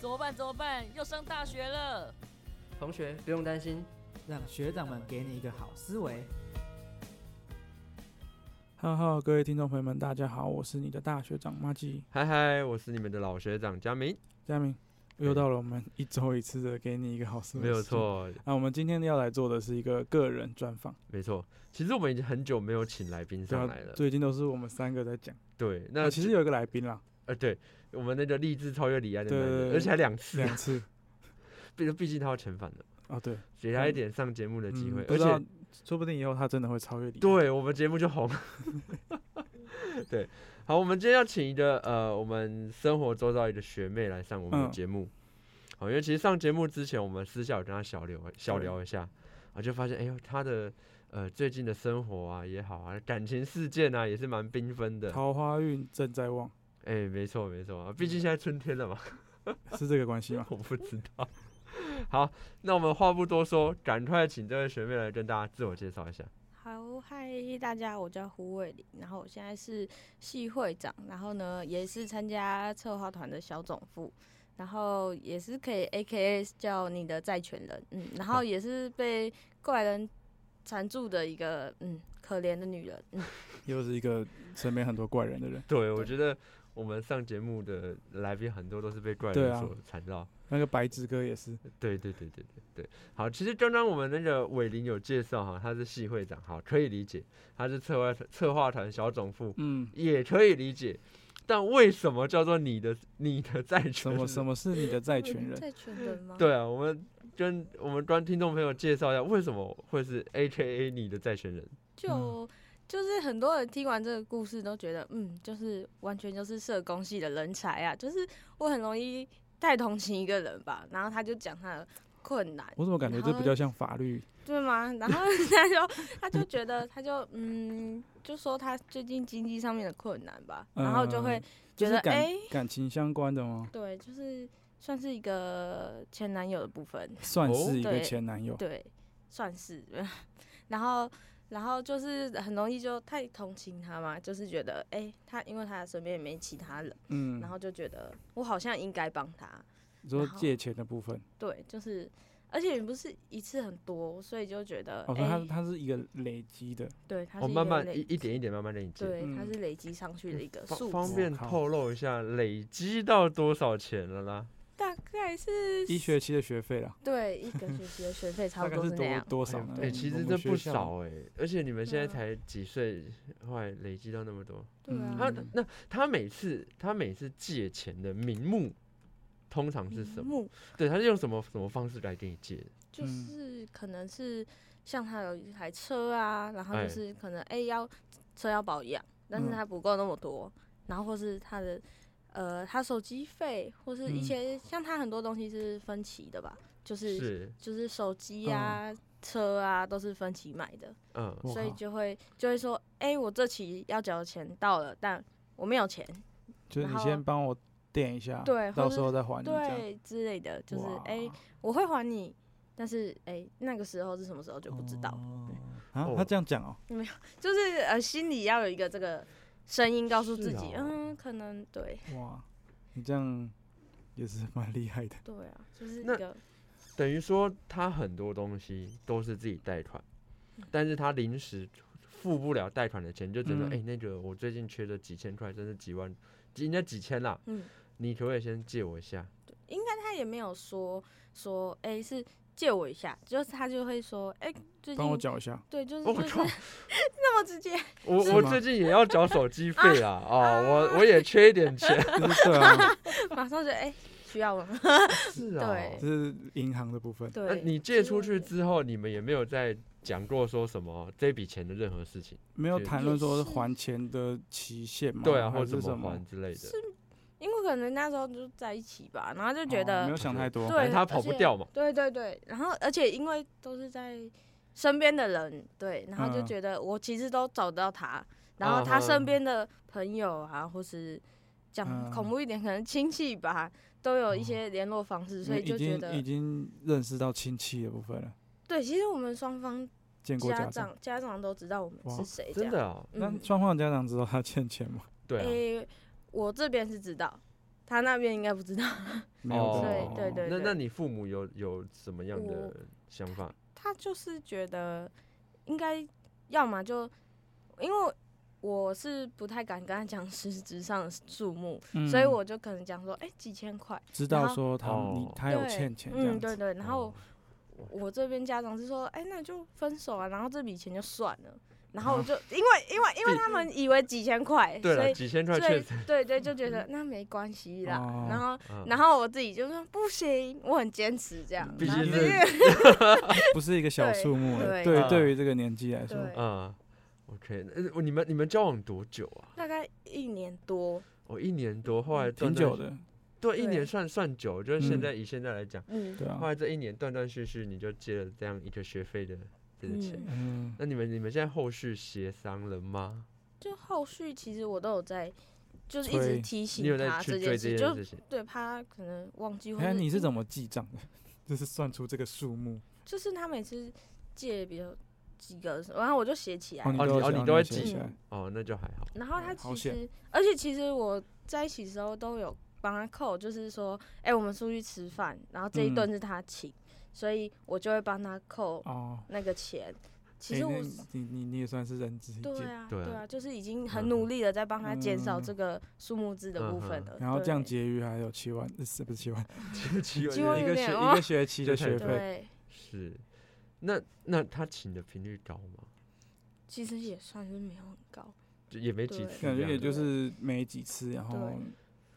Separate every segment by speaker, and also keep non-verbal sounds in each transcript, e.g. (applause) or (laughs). Speaker 1: 怎么办？怎么办？要上大学了。
Speaker 2: 同学不用担心。
Speaker 3: 让学长们给你一个好思维。
Speaker 4: 哈喽，各位听众朋友们，大家好，我是你的大学长马吉
Speaker 5: 嗨嗨，我是你们的老学长佳明，
Speaker 4: 佳明，又到了我们一周一次的给你一个好思维，
Speaker 5: 没有。错，
Speaker 4: 那、我们今天要来做的是一个个人专访，
Speaker 5: 没错。其实我们已经很久没有请来宾上
Speaker 4: 对
Speaker 5: 来
Speaker 4: 啊
Speaker 5: 了，
Speaker 4: 最近都是我们三个在讲。
Speaker 5: 对。
Speaker 4: 那、
Speaker 5: 那
Speaker 4: 其实有一个来宾啦，
Speaker 5: 呃，对，我们那个励志超越李安的男
Speaker 4: 对对
Speaker 5: 人，
Speaker 4: 对
Speaker 5: 而且还两次，
Speaker 4: 两次
Speaker 5: 毕毕竟他要遣返了，
Speaker 4: 哦，对，
Speaker 5: 给他一点上节目的机会，
Speaker 4: 嗯不
Speaker 5: 而
Speaker 4: 知道
Speaker 5: 且
Speaker 4: 说不定以后他真的会超越你。
Speaker 5: (laughs) 对我们节目就红。 (laughs) 对，好，我们今天要请一个呃，我们生活周遭一个学妹来上我们的
Speaker 4: 嗯
Speaker 5: 节目。好，因为其实上节目之前，我们私下有跟她小聊小
Speaker 4: 对
Speaker 5: 聊一下，我就发现，哎呦，她的呃最近的生活啊也好啊，感情事件啊也是蛮缤纷的。
Speaker 4: 桃花运正在旺，
Speaker 5: 哎、没错没错
Speaker 4: 嗯
Speaker 5: 啊，毕竟现在春天了嘛，
Speaker 4: 是这个关系吗 (laughs)
Speaker 5: (laughs) ？我不知道。好，那我们话不多说，赶快请这位学妹来跟大家自我介绍一下。
Speaker 6: 好，嗨，大家，我叫胡伟林，然后我现在是系会长，然后呢也是参加策划团的小总副，然后也是可以 A K A 叫你的债权人，
Speaker 1: (laughs)
Speaker 6: 嗯，然后也是被怪人缠住的一个嗯可怜的女人，嗯，
Speaker 4: 又是一个身边很多怪人的人，
Speaker 5: 对，我
Speaker 6: 对
Speaker 5: 觉得我们上节目的来宾很多都是被怪
Speaker 4: 对
Speaker 5: 人
Speaker 4: 啊
Speaker 5: 所缠绕。
Speaker 4: 那个白纸哥也是，
Speaker 5: 对对对对对对，好，其实刚刚我们那个伟林有介绍哈，他是系会长，好，可以理解，他是策划策划团小总副，
Speaker 4: 嗯，
Speaker 5: 也可以理解。但为什么叫做你的你的债权？ (laughs)
Speaker 4: 什么什？么是你的债权
Speaker 6: (laughs)
Speaker 4: 人？
Speaker 6: 债权人吗？，
Speaker 5: 对啊，我们跟我们观听众朋友介绍一下，为什么会是 A K A 你的债权人？
Speaker 6: 就。
Speaker 4: 嗯
Speaker 6: 就是很多人听完这个故事都觉得，嗯，就是完全就是社工系的人才啊，就是我很容易太同情一个人吧，然后他就讲他的困难，
Speaker 4: 我怎么感觉这比较像法律？
Speaker 6: 对吗？然后他就他就觉得他就嗯，就说他最近经济上面的困难吧，然后就会
Speaker 4: 嗯就
Speaker 6: 觉
Speaker 4: 是
Speaker 6: 得
Speaker 4: 感、
Speaker 6: 哎
Speaker 4: 感情相关的吗？
Speaker 6: 对，就是算是一个前男友的部分，
Speaker 4: 算
Speaker 5: 哦
Speaker 4: 是一个
Speaker 6: 对
Speaker 4: 前男友，
Speaker 6: 对，算是。 (laughs) 然后然后就是很容易就太同情他嘛，就是觉得哎、他因为他身边也没其他人，
Speaker 4: 嗯，
Speaker 6: 然后就觉得我好像应该帮他，
Speaker 4: 你说
Speaker 6: 然后
Speaker 4: 借钱的部分，
Speaker 6: 对，就是。而且也不是一次很多，所以就觉得，
Speaker 4: 哦，所
Speaker 6: 哎、
Speaker 4: 以它哦它是一个累积的，
Speaker 6: 对，他
Speaker 5: 我、
Speaker 6: 是
Speaker 5: 慢慢
Speaker 6: 累
Speaker 5: 一一点一点慢慢理解。
Speaker 6: 对，它
Speaker 4: 嗯
Speaker 6: 是累积上去的一个
Speaker 5: 方
Speaker 6: 数
Speaker 5: 方
Speaker 6: 字，
Speaker 5: 便
Speaker 4: 我靠
Speaker 5: 透露一下累积到多少钱了啦？
Speaker 6: 大概是
Speaker 4: 一学期的学费啦，
Speaker 6: 对一个学期的学费差
Speaker 4: 大
Speaker 6: 不多
Speaker 4: 概是
Speaker 6: 那
Speaker 4: 多
Speaker 6: 样。
Speaker 4: 多少呢？
Speaker 5: 哎、
Speaker 4: 嗯
Speaker 5: 其
Speaker 4: 我
Speaker 5: 实
Speaker 4: 们
Speaker 5: 这
Speaker 4: 学
Speaker 5: 不
Speaker 4: 校
Speaker 5: 少哎、而且你们现在
Speaker 6: 对啊
Speaker 5: 才几岁，后来累积到那么多。
Speaker 6: 对
Speaker 5: 他
Speaker 6: 啊，
Speaker 4: 嗯
Speaker 5: 那他每次他每次借钱的名目通常是什么？
Speaker 6: 目
Speaker 5: 对，他是用什么什么方式来给你借的？
Speaker 6: 就
Speaker 4: 嗯
Speaker 6: 是可能是像他有一台车啊，然后
Speaker 5: 哎
Speaker 6: 就是可能哎、要车要保养，但是
Speaker 4: 嗯
Speaker 6: 他不够那么多，然后或是他的呃他手机费或是一
Speaker 4: 嗯
Speaker 6: 些、像他很多东西是分期的吧，就是
Speaker 5: 是，
Speaker 6: 就是手
Speaker 4: 嗯
Speaker 6: 机啊、车啊都是分期买的。
Speaker 5: 嗯，
Speaker 4: 我
Speaker 6: 所以
Speaker 4: 靠
Speaker 6: 就会就会说，哎、我这期要缴的钱到了，但我没有钱，
Speaker 4: 就是
Speaker 6: 然
Speaker 4: 你
Speaker 6: 后
Speaker 4: 先帮我垫一下，
Speaker 6: 对或
Speaker 4: 啊到
Speaker 6: 是
Speaker 4: 时候再还你这样。
Speaker 6: 对之类的，就是
Speaker 4: 哇
Speaker 6: 哎、我会还你，但是哎、那个时候是什么时候就不知道，
Speaker 4: 哦
Speaker 5: 哦
Speaker 4: 啊，他这样讲哦，
Speaker 6: 就是呃心里要有一个这个声音告诉自己，
Speaker 5: 是哦
Speaker 6: 嗯，可能对
Speaker 4: 哇，你这样也是蛮厉害的，
Speaker 6: 对啊，就是一
Speaker 5: 那
Speaker 6: 个
Speaker 5: 等于说他很多东西都是自己贷款，
Speaker 6: 嗯
Speaker 5: 但是他临时付不了贷款的钱，就觉得哎、
Speaker 4: 嗯
Speaker 5: 那个我最近缺了几千块，甚至几万，几应该几千啦，
Speaker 6: 嗯，
Speaker 5: 你可不可以先借我一下？
Speaker 6: 但他也没有说说哎、是借我一下，就是他就会说，哎、最
Speaker 4: 帮我
Speaker 6: 近
Speaker 4: 缴
Speaker 6: (laughs)
Speaker 4: 一下。
Speaker 6: 对就是
Speaker 5: 我
Speaker 6: 就是 (laughs)
Speaker 5: 靠
Speaker 6: 那么直接， (laughs)
Speaker 5: 我
Speaker 4: 是
Speaker 5: 我
Speaker 4: 吗
Speaker 5: 最近也要缴手机
Speaker 4: (laughs)
Speaker 5: 费啦，哦，我我也缺一点钱，
Speaker 4: 就是
Speaker 6: (laughs)
Speaker 4: 对啊，
Speaker 6: 马上就哎、需要我吗？
Speaker 5: 是啊、
Speaker 4: 这 (laughs) 是哦银行的部分。
Speaker 5: (laughs) 那
Speaker 6: 对，
Speaker 5: 你借出去之后，你们也没有再讲过说什么这笔钱的任何事情，
Speaker 4: 没有
Speaker 5: 也
Speaker 4: 谈论说
Speaker 6: 是
Speaker 4: 还钱的期限嘛？
Speaker 5: 对啊，
Speaker 4: 哦还
Speaker 5: 或
Speaker 4: 是
Speaker 5: 者
Speaker 4: 什
Speaker 5: 怎
Speaker 4: 么
Speaker 5: 么？还之类的。
Speaker 6: 因为可能那时候就在一起吧，然后就
Speaker 4: 就
Speaker 6: 觉
Speaker 5: 哦
Speaker 6: 得、
Speaker 4: 哦没有想太多。
Speaker 6: 对
Speaker 5: 反正他跑不掉嘛。
Speaker 6: 对对对，然后而且因为都是在身边的人，对，然后就
Speaker 4: 嗯哦
Speaker 6: 觉得我其实都找到他，然后他
Speaker 5: 嗯嗯
Speaker 6: 身边的朋友啊，或是讲
Speaker 4: 嗯
Speaker 6: 恐怖一点，可能亲戚吧，都有一些联络方式，所以
Speaker 4: 你
Speaker 6: 就
Speaker 4: 已
Speaker 6: 觉
Speaker 4: 经已
Speaker 6: 得
Speaker 4: 经认识到亲戚的部分了，
Speaker 6: 对。其实我们双方
Speaker 4: 见过
Speaker 6: 家
Speaker 4: 家长。
Speaker 6: 长家长都知道我们
Speaker 4: 哇
Speaker 6: 是谁，这
Speaker 5: 真
Speaker 6: 样。
Speaker 5: 的哦，
Speaker 4: 那
Speaker 6: 嗯，
Speaker 4: 双方的家长知道他欠钱吗？
Speaker 5: 对啊，
Speaker 6: 诶，我这边是知道，他那边应该不知道。
Speaker 4: 没有
Speaker 5: 哦
Speaker 4: 这
Speaker 6: 对
Speaker 4: 种
Speaker 6: 对对
Speaker 5: 那那你父母有有什么样的
Speaker 6: 我
Speaker 5: 想法？ (laughs)
Speaker 6: 他就是觉得应该要么就，因为我是不太敢跟他讲 (laughs) 实质上的数目，
Speaker 4: 嗯
Speaker 6: 所以我就可能讲说，哎、几千块，
Speaker 4: 知道说他
Speaker 5: 然后
Speaker 4: 你
Speaker 5: 哦
Speaker 4: 他有
Speaker 6: 对
Speaker 4: 欠钱这
Speaker 6: 嗯，
Speaker 4: 样
Speaker 6: 对
Speaker 4: 子，
Speaker 6: 对，然后
Speaker 5: 哦
Speaker 6: 我这边家长是说，哎、那就分手啊，然后这笔钱就算了，然后我就、因为因为因为
Speaker 5: 比
Speaker 6: 他们以为几千块，
Speaker 5: 哦对
Speaker 6: 所
Speaker 5: 了，
Speaker 6: 以。
Speaker 5: 几千块
Speaker 6: 所
Speaker 5: 确
Speaker 6: 以
Speaker 5: 实，
Speaker 6: 对对，就觉得那没关系啦。
Speaker 4: 哦
Speaker 6: 然后，
Speaker 5: 嗯
Speaker 6: 然后我自己就说不行，我很坚持这样。
Speaker 5: 毕
Speaker 6: 然后
Speaker 5: 竟
Speaker 6: 就是
Speaker 4: 不是一个小
Speaker 6: 对
Speaker 4: 数目了。
Speaker 6: 对
Speaker 4: 对，
Speaker 5: 嗯
Speaker 4: 对于这个年纪来说，
Speaker 6: 对，
Speaker 5: 啊、o k 那呃你们你们交往多久啊？
Speaker 6: 大概一年多，
Speaker 5: 我一年多，后来断
Speaker 4: 嗯挺久
Speaker 5: 断
Speaker 4: 的，
Speaker 5: 对，一
Speaker 6: 对
Speaker 5: 年算算久，就是现
Speaker 4: 嗯
Speaker 5: 在、以现在来讲，
Speaker 6: 嗯，
Speaker 4: 对
Speaker 5: 后
Speaker 4: 啊，
Speaker 5: 来这一年断断续续，你就借了这样一个学费的这个钱。
Speaker 6: 嗯
Speaker 4: 嗯，
Speaker 5: 那你们你们现在后续协商了吗？
Speaker 6: 就后续其实我都有在，就是一直
Speaker 4: 催
Speaker 6: 提
Speaker 5: 你有
Speaker 6: 醒
Speaker 5: 在
Speaker 6: 他
Speaker 5: 去
Speaker 6: 这
Speaker 5: 追
Speaker 6: 件
Speaker 5: 这
Speaker 6: 事，
Speaker 5: 件
Speaker 6: 就
Speaker 5: 事情？
Speaker 6: 对怕他可能忘记或
Speaker 4: 哎，
Speaker 6: 者嗯
Speaker 4: 你是怎么记账的？就是算出这个数目，
Speaker 6: 就是他每次借比如几个，然后我就写起来
Speaker 4: 哦，，你
Speaker 5: 哦
Speaker 4: 都
Speaker 5: 你哦
Speaker 4: 有
Speaker 5: 你
Speaker 4: 想
Speaker 5: 都
Speaker 4: 要
Speaker 5: 会
Speaker 4: 写
Speaker 6: 记
Speaker 4: 起来，
Speaker 5: 哦，那就还好。
Speaker 6: 然后他
Speaker 4: 好
Speaker 6: 其
Speaker 4: 险
Speaker 6: 实，而且其实我在一起的时候都有帮他扣，就是说，哎，我们出去吃饭，然后这一
Speaker 4: 嗯
Speaker 6: 顿是他请，所以我就会帮他扣
Speaker 4: 哦。
Speaker 6: 那个钱。其
Speaker 4: 哎
Speaker 6: 实我
Speaker 4: 那你你你也算是仁至义
Speaker 6: 对
Speaker 4: 尽，
Speaker 6: 啊，
Speaker 5: 对
Speaker 6: 对
Speaker 5: 啊
Speaker 6: 啊，就是已经
Speaker 5: 嗯
Speaker 6: 很努力的在帮他减少
Speaker 4: 嗯
Speaker 6: 这个数目字的部分
Speaker 5: 嗯哼
Speaker 6: 了。
Speaker 4: 然后这样
Speaker 6: 对
Speaker 4: 结余还有七万，呃是不是七万？
Speaker 5: (laughs) 七
Speaker 6: 几乎
Speaker 4: 一
Speaker 6: 有
Speaker 4: 个学
Speaker 6: 点
Speaker 4: 一
Speaker 6: 哦
Speaker 4: 个学期的
Speaker 5: 就太
Speaker 4: 学
Speaker 5: 多
Speaker 4: 费，
Speaker 6: 对，
Speaker 5: 是，那那他请的频率高吗？
Speaker 6: 其实也算是没有很高。
Speaker 5: 就也没几
Speaker 6: 对
Speaker 5: 次这
Speaker 4: 感
Speaker 5: 样子，
Speaker 4: 觉也就是没几次，然后
Speaker 6: 对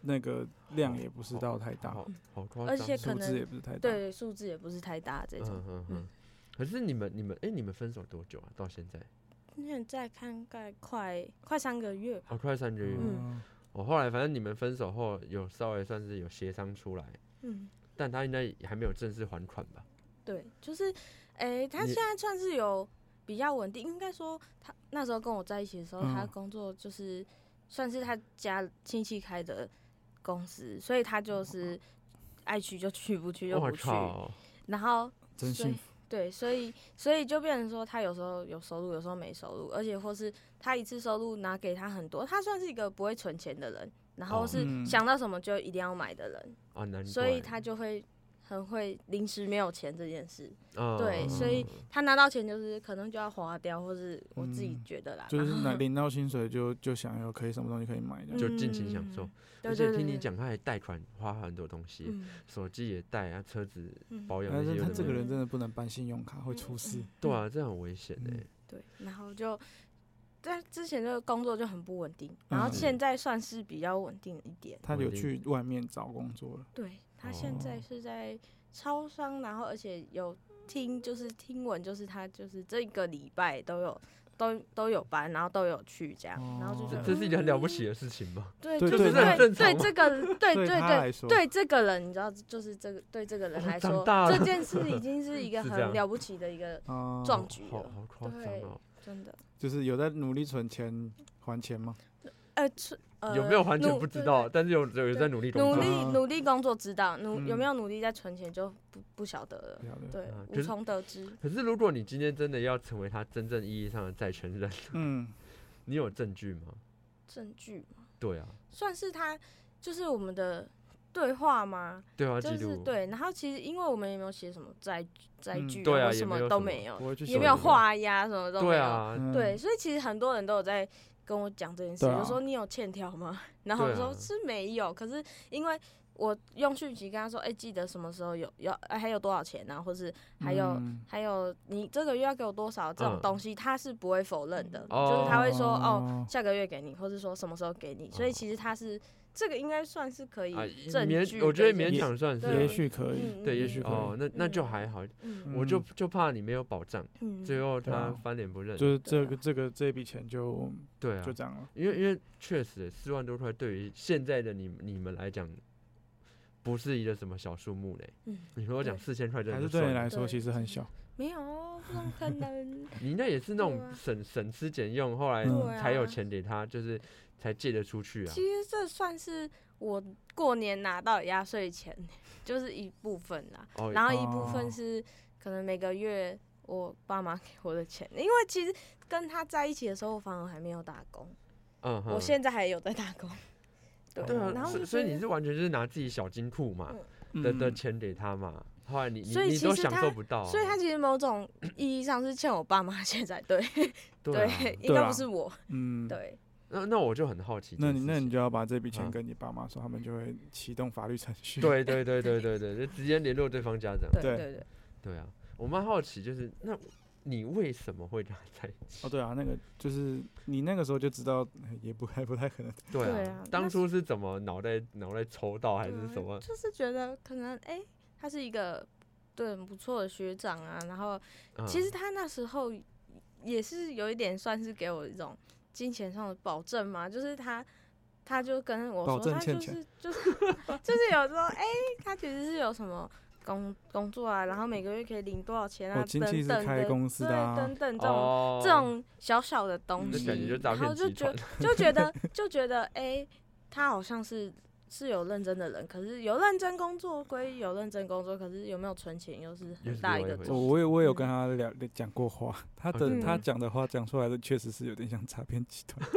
Speaker 4: 那个量也不是到太大，
Speaker 5: 好好夸张，
Speaker 6: 而且可
Speaker 4: 数字
Speaker 6: 能
Speaker 4: 也不是太大。
Speaker 6: 对，数字也不是太大这种。
Speaker 5: 嗯嗯嗯
Speaker 6: 嗯。
Speaker 5: 可是你们你们哎、你们分手多久啊？到现在
Speaker 6: 现在看大概快快三个月吧。
Speaker 5: 哦，快三个月。我、
Speaker 6: 嗯
Speaker 5: 后来反正你们分手后有稍微算是有协商出来，
Speaker 6: 嗯，
Speaker 5: 但他应该还没有正式还款吧？
Speaker 6: 对，就是，诶、他
Speaker 5: 你
Speaker 6: 现在算是有比较稳定，应该说他那时候跟我在一起的时候，
Speaker 4: 嗯
Speaker 6: 他工作就是算是他家亲戚开的公司，所以他就是爱去就去，不去就
Speaker 5: 哦我
Speaker 6: 不去。
Speaker 5: 靠！
Speaker 6: 然后
Speaker 4: 真
Speaker 6: 所以
Speaker 4: 幸福。
Speaker 6: 对，所以所以就变成说，他有时候有收入，有时候没收入，而且或是他一次收入拿给他很多，他算是一个不会存钱的人，然后
Speaker 4: 嗯
Speaker 6: 是想到什么就一定要买的人，
Speaker 5: 啊，难怪。
Speaker 6: 所以他就会很会临时没有钱这件事。
Speaker 5: 嗯
Speaker 6: 对，所以
Speaker 5: 嗯
Speaker 6: 他拿到钱就是可能就要花掉，或是我自己
Speaker 4: 嗯
Speaker 6: 觉得啦，
Speaker 4: 就是
Speaker 6: 然后
Speaker 4: 拿领到薪水就就想要可以什么东西可以买的，
Speaker 5: 就尽情享受。
Speaker 6: 啊嗯
Speaker 5: 而
Speaker 6: 对对
Speaker 5: 且
Speaker 6: 对
Speaker 5: 听你
Speaker 6: 对
Speaker 5: 讲，他还贷款花很多东西，
Speaker 6: 嗯
Speaker 5: 手机也贷啊，车子
Speaker 6: 嗯
Speaker 5: 保养
Speaker 4: 但
Speaker 5: 那些
Speaker 4: 是
Speaker 5: 有
Speaker 4: 他
Speaker 5: 的
Speaker 4: 这个
Speaker 5: 没的。
Speaker 4: 人真的不能办信用卡，会出事
Speaker 6: 嗯。
Speaker 5: 对啊，这很危险哎、
Speaker 4: 嗯
Speaker 6: 对，然后就。但之前这个工作就很不稳定，然后
Speaker 4: 嗯
Speaker 6: 现在算是比较稳定一点。
Speaker 4: 他有去外面找工作了，
Speaker 6: 对他现在
Speaker 4: 哦
Speaker 6: 是在超商，然后而且有听，就是听闻，就是他就是这个礼拜都有都都有班，然后都有去这样，然后就觉
Speaker 5: 哦欸这
Speaker 6: 得
Speaker 5: 这是一件很了不
Speaker 6: 嗯
Speaker 5: 起的事情吗？
Speaker 6: 对
Speaker 4: 对
Speaker 6: 就
Speaker 4: 对
Speaker 6: 是
Speaker 4: 这
Speaker 6: 对
Speaker 4: 很
Speaker 5: 正常
Speaker 6: 对
Speaker 5: 吗
Speaker 6: 这
Speaker 5: (laughs)
Speaker 6: 个人对对
Speaker 4: 他来
Speaker 6: 对
Speaker 4: 说，
Speaker 6: 对这个人，你知道，就是这个对这个人
Speaker 5: 哦
Speaker 6: 来
Speaker 5: 长
Speaker 6: 说，
Speaker 5: 大了
Speaker 6: 这件事已经是一个
Speaker 5: (laughs) 是这样
Speaker 6: 很了不起的一个
Speaker 4: 啊，
Speaker 6: 壮举
Speaker 5: 哦好
Speaker 6: 了，
Speaker 5: 好夸张
Speaker 6: 嗯对
Speaker 5: 哦！
Speaker 6: 真的。
Speaker 4: 就是有在努力存钱还钱吗？
Speaker 6: 呃，存呃
Speaker 5: 有没有完全
Speaker 6: 努
Speaker 5: 不知
Speaker 6: 对
Speaker 5: 道，但是有有有在努力工
Speaker 6: 努
Speaker 5: 作。
Speaker 6: 力努力工作知道，努有
Speaker 4: 嗯
Speaker 6: 没有努力在存钱就不不晓得了
Speaker 4: 不，晓得。
Speaker 6: 对
Speaker 5: 啊，就
Speaker 6: 无
Speaker 5: 是
Speaker 6: 从得知。
Speaker 5: 可是如果你今天真的要成为他真正意义上的债权人，
Speaker 4: 嗯，
Speaker 5: 你有证据吗？
Speaker 6: 证据嘛，
Speaker 5: 对啊，
Speaker 6: 算是他就是我们的对话吗？
Speaker 5: 对啊，
Speaker 6: 就
Speaker 5: 记
Speaker 6: 是
Speaker 5: 录。
Speaker 6: 对，然后其实因为我们也没有写什么债债
Speaker 4: 嗯
Speaker 6: 据、
Speaker 5: 对啊
Speaker 6: 或
Speaker 5: 也
Speaker 6: 什
Speaker 5: 没有
Speaker 6: 都
Speaker 5: 什么
Speaker 6: 没有，
Speaker 4: 不会去
Speaker 6: 也没
Speaker 5: 手
Speaker 6: 有
Speaker 5: 游
Speaker 6: 画押什么都没
Speaker 5: 对
Speaker 6: 有。
Speaker 5: 啊，
Speaker 4: 嗯
Speaker 6: 对，，所以其实很多人都有在跟我讲这件事，
Speaker 4: 对啊
Speaker 6: 就说你有欠条吗？ (laughs) 然后
Speaker 5: 对
Speaker 6: 我说
Speaker 5: 啊
Speaker 6: 是没有，可是因为我用讯息跟他说，哎、记得什么时候有要、哎还有多少钱啊，或是还有、
Speaker 4: 嗯
Speaker 6: 还有你这个月要给我多少这种
Speaker 5: 嗯
Speaker 6: 东西，他是不会否认的，
Speaker 5: 哦
Speaker 6: 就是他会说哦，下个月给你，或是说什么时候给你，所以
Speaker 5: 哦
Speaker 6: 其实他是这个应该算是可以
Speaker 5: 啊，
Speaker 6: 嗯证
Speaker 5: 勉
Speaker 6: 据
Speaker 5: 我觉
Speaker 6: 的
Speaker 5: 得
Speaker 6: 一件
Speaker 5: 勉
Speaker 6: 事
Speaker 5: 强算是啊，
Speaker 6: 对
Speaker 4: 也许可以，
Speaker 6: 嗯
Speaker 5: 对，
Speaker 6: 嗯
Speaker 5: 也许
Speaker 4: 可以
Speaker 5: 哦，那那就
Speaker 6: 嗯
Speaker 5: 还好。
Speaker 6: 嗯
Speaker 5: 我就
Speaker 4: 嗯
Speaker 5: 就怕你没有保障，
Speaker 6: 嗯
Speaker 5: 最后
Speaker 4: 对
Speaker 5: 他
Speaker 4: 啊
Speaker 5: 翻脸不认。
Speaker 4: 就是这个这个这笔钱就
Speaker 5: 对啊
Speaker 4: 就，这样了。
Speaker 5: 因为因为确实四万多块对于现在的你你们来讲，不是一个什么小数目嘞。
Speaker 6: 嗯
Speaker 5: 你跟我讲
Speaker 6: 对
Speaker 5: 四千块真
Speaker 4: 还
Speaker 5: 的
Speaker 4: 是
Speaker 5: 就
Speaker 4: 对
Speaker 5: 算
Speaker 4: 你
Speaker 5: 了，
Speaker 4: 来说其实很小，
Speaker 6: 没有，哦不怎么可
Speaker 5: (laughs)
Speaker 6: 能？
Speaker 5: 你应该也是那
Speaker 6: 对
Speaker 5: 种
Speaker 6: 啊
Speaker 5: 省省吃俭用，后来
Speaker 4: 嗯
Speaker 6: 对
Speaker 5: 才有
Speaker 6: 啊
Speaker 5: 钱给他，就是才借得出去啊
Speaker 6: 其。实这算是我过年拿到的压岁钱，就是一部分啦。
Speaker 5: 哦，
Speaker 6: 然后一部
Speaker 4: 哦
Speaker 6: 分是可能每个月我爸妈给我的钱，因为其实跟他在一起的时候，我反而还没有打工，
Speaker 5: 嗯哼，
Speaker 6: 我现在还有在打工。对
Speaker 5: 对啊
Speaker 6: 然，后
Speaker 5: 所
Speaker 6: 就
Speaker 5: 所以
Speaker 6: 觉
Speaker 5: 你
Speaker 6: 得
Speaker 5: 是完全就是拿自己小金库嘛
Speaker 4: 嗯
Speaker 5: 的的钱给他嘛，后来你你
Speaker 6: 所以
Speaker 5: 你
Speaker 6: 其
Speaker 5: 都
Speaker 6: 实
Speaker 5: 享
Speaker 6: 他
Speaker 5: 受不到啊，
Speaker 6: 所以他其实某种意义上是欠我爸妈钱才对， (laughs)
Speaker 5: 对啊，
Speaker 6: 应该
Speaker 4: 对啊
Speaker 6: 不是我，
Speaker 4: 嗯，
Speaker 6: 对，
Speaker 5: 那那我就很好奇这
Speaker 4: 那
Speaker 5: 件事
Speaker 4: 你
Speaker 5: 情，
Speaker 4: 那你就要把这笔钱
Speaker 5: 嗯
Speaker 4: 跟你爸妈说，他们就会启动法律程序。，
Speaker 5: 对对对对对对，就直接联络对方家长。
Speaker 6: 对
Speaker 4: 对
Speaker 6: 对对，
Speaker 5: 对啊，我蛮好奇，就是那你为什么会跟他 (laughs) 在一起？
Speaker 4: 哦，对啊，那个就是你那个时候就知道，呃也不还不太可能。
Speaker 5: 对
Speaker 6: 对啊
Speaker 5: 当
Speaker 6: 那
Speaker 5: 初是怎么脑袋脑袋抽到还
Speaker 6: 对
Speaker 5: 是
Speaker 6: 啊
Speaker 5: 什么？
Speaker 6: 就是觉得可能哎、他是一个对很不错的学长啊，然后
Speaker 5: 嗯
Speaker 6: 其实他那时候也是有一点算是给我一种金钱上的保证嘛，就是他他就跟我
Speaker 4: 保
Speaker 6: 说，
Speaker 4: 证
Speaker 6: 他
Speaker 4: 欠
Speaker 6: 就是就是就是有时候哎、他其实是有什么工工作啊，然后每个月可以领多少钱啊，
Speaker 4: 我亲
Speaker 6: 等
Speaker 4: 戚是
Speaker 6: 等
Speaker 4: 开
Speaker 6: 的，
Speaker 4: 公司
Speaker 6: 对，
Speaker 4: 的啊，
Speaker 6: 等等这种
Speaker 5: 哦，
Speaker 6: 这种小小的东
Speaker 4: 嗯
Speaker 5: 这
Speaker 6: 西，
Speaker 5: 感觉就诈
Speaker 6: 然后
Speaker 5: 骗
Speaker 6: 就
Speaker 5: 集
Speaker 6: 觉
Speaker 5: 团。
Speaker 6: 就觉
Speaker 5: (laughs)
Speaker 6: 得就觉得哎、诶他好像是是有认真的人，可是有认真工作归有认真工作，可是有没有存钱又是
Speaker 5: 又
Speaker 6: 很
Speaker 5: 是
Speaker 6: 大一
Speaker 5: 另外
Speaker 6: 个问
Speaker 5: 一回事
Speaker 4: 我
Speaker 6: 题。
Speaker 4: 我也我有
Speaker 6: 嗯
Speaker 4: 跟他聊讲过话，他的、
Speaker 5: 嗯
Speaker 4: 他讲的话讲出来的确实是有点像诈骗集团，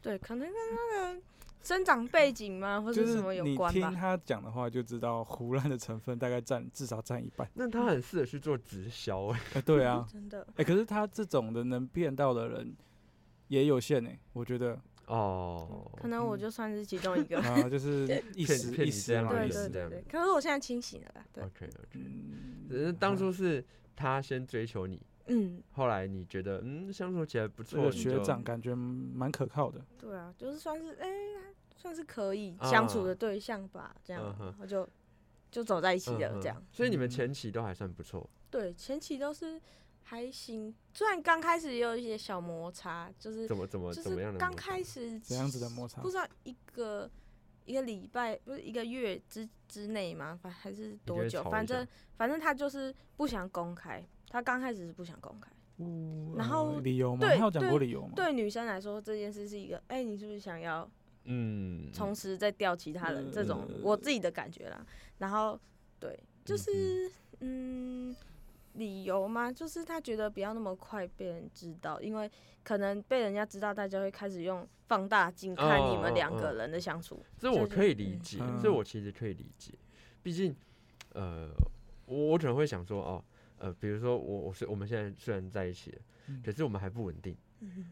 Speaker 6: 对，可能跟他的生长背景嘛，或
Speaker 4: 就
Speaker 6: 者什
Speaker 4: 是
Speaker 6: 么有
Speaker 4: 你
Speaker 6: 关
Speaker 4: 听
Speaker 6: 吧。
Speaker 4: 他讲的话就知道胡乱的成分大概占至少占一半。
Speaker 5: 那他很适合去做直销哎、
Speaker 4: 呃，对啊，
Speaker 6: 真的，
Speaker 4: 哎、可是他这种的能骗到的人也有限呢、我觉得
Speaker 5: (laughs) 哦，
Speaker 6: 可能我
Speaker 4: 嗯
Speaker 6: 就算是其中
Speaker 5: (laughs)
Speaker 6: 一个。
Speaker 4: 啊，
Speaker 6: (laughs)
Speaker 4: 就是一
Speaker 5: 骗
Speaker 4: 时
Speaker 5: 骗
Speaker 4: 一
Speaker 5: 你这
Speaker 4: 时
Speaker 5: 样
Speaker 4: 嘛，
Speaker 6: 对
Speaker 4: 一
Speaker 5: 也
Speaker 6: 对
Speaker 5: 是
Speaker 4: 时。
Speaker 5: 这
Speaker 6: 对
Speaker 5: 样哦
Speaker 6: 对，可是我现在清醒了啦。对，
Speaker 5: OK OK，只是
Speaker 4: 嗯，
Speaker 5: 当初
Speaker 4: 啊
Speaker 5: 是他先追求你，
Speaker 6: 嗯，
Speaker 5: 后来你觉得嗯相处起来不
Speaker 4: 这
Speaker 5: 错，
Speaker 4: 个
Speaker 5: 你
Speaker 4: 学
Speaker 5: 就嗯
Speaker 4: 长感觉蛮可靠的，
Speaker 6: 对啊，就是算是哎、算是可以相处的对象吧，这样
Speaker 5: 啊嗯，哼
Speaker 6: 然后就就走在一起了，
Speaker 5: 嗯
Speaker 6: 这样。
Speaker 5: 哼所以你们
Speaker 4: 嗯
Speaker 5: 前期都还算不错，
Speaker 6: 对，前期都是还行，虽然刚开始也有一些小摩擦，就是
Speaker 5: 怎么怎么
Speaker 6: 就
Speaker 5: 怎么样
Speaker 6: 是
Speaker 5: 的？
Speaker 6: 刚开，始
Speaker 4: 怎样子的摩擦
Speaker 6: 不？知道一个一个礼拜不是一个月之之内吗？反还是多
Speaker 5: 会
Speaker 6: 久？
Speaker 5: 吵一
Speaker 6: 反
Speaker 5: 下
Speaker 6: 正反正他就是不想公开，他刚开始是不想公开。然
Speaker 4: 呃
Speaker 6: 后
Speaker 4: 理由吗？
Speaker 6: 对
Speaker 4: 他有讲
Speaker 6: 对
Speaker 4: 过理由吗？
Speaker 6: 对女生来说，这件事是一个，哎、你是不是想要
Speaker 5: 嗯，
Speaker 6: 同时在钓其他人？这种
Speaker 4: 呃
Speaker 6: 我自己的感觉啦。然后对，就
Speaker 5: 嗯
Speaker 6: 是嗯，理由嘛，就是他觉得不要那么快被人知道，因为可能被人家知道，大家会开始用放大镜看你
Speaker 5: 哦哦
Speaker 6: 们两
Speaker 5: 哦
Speaker 6: 个人的相处。
Speaker 5: 这我
Speaker 6: 是
Speaker 5: 可以理解，
Speaker 4: 嗯
Speaker 5: 这我其实可以理解，毕竟，呃，我我可能会想说，哦，呃，比如说我我是我们现在虽然在一起了，
Speaker 4: 嗯
Speaker 5: 可是我们还不稳定，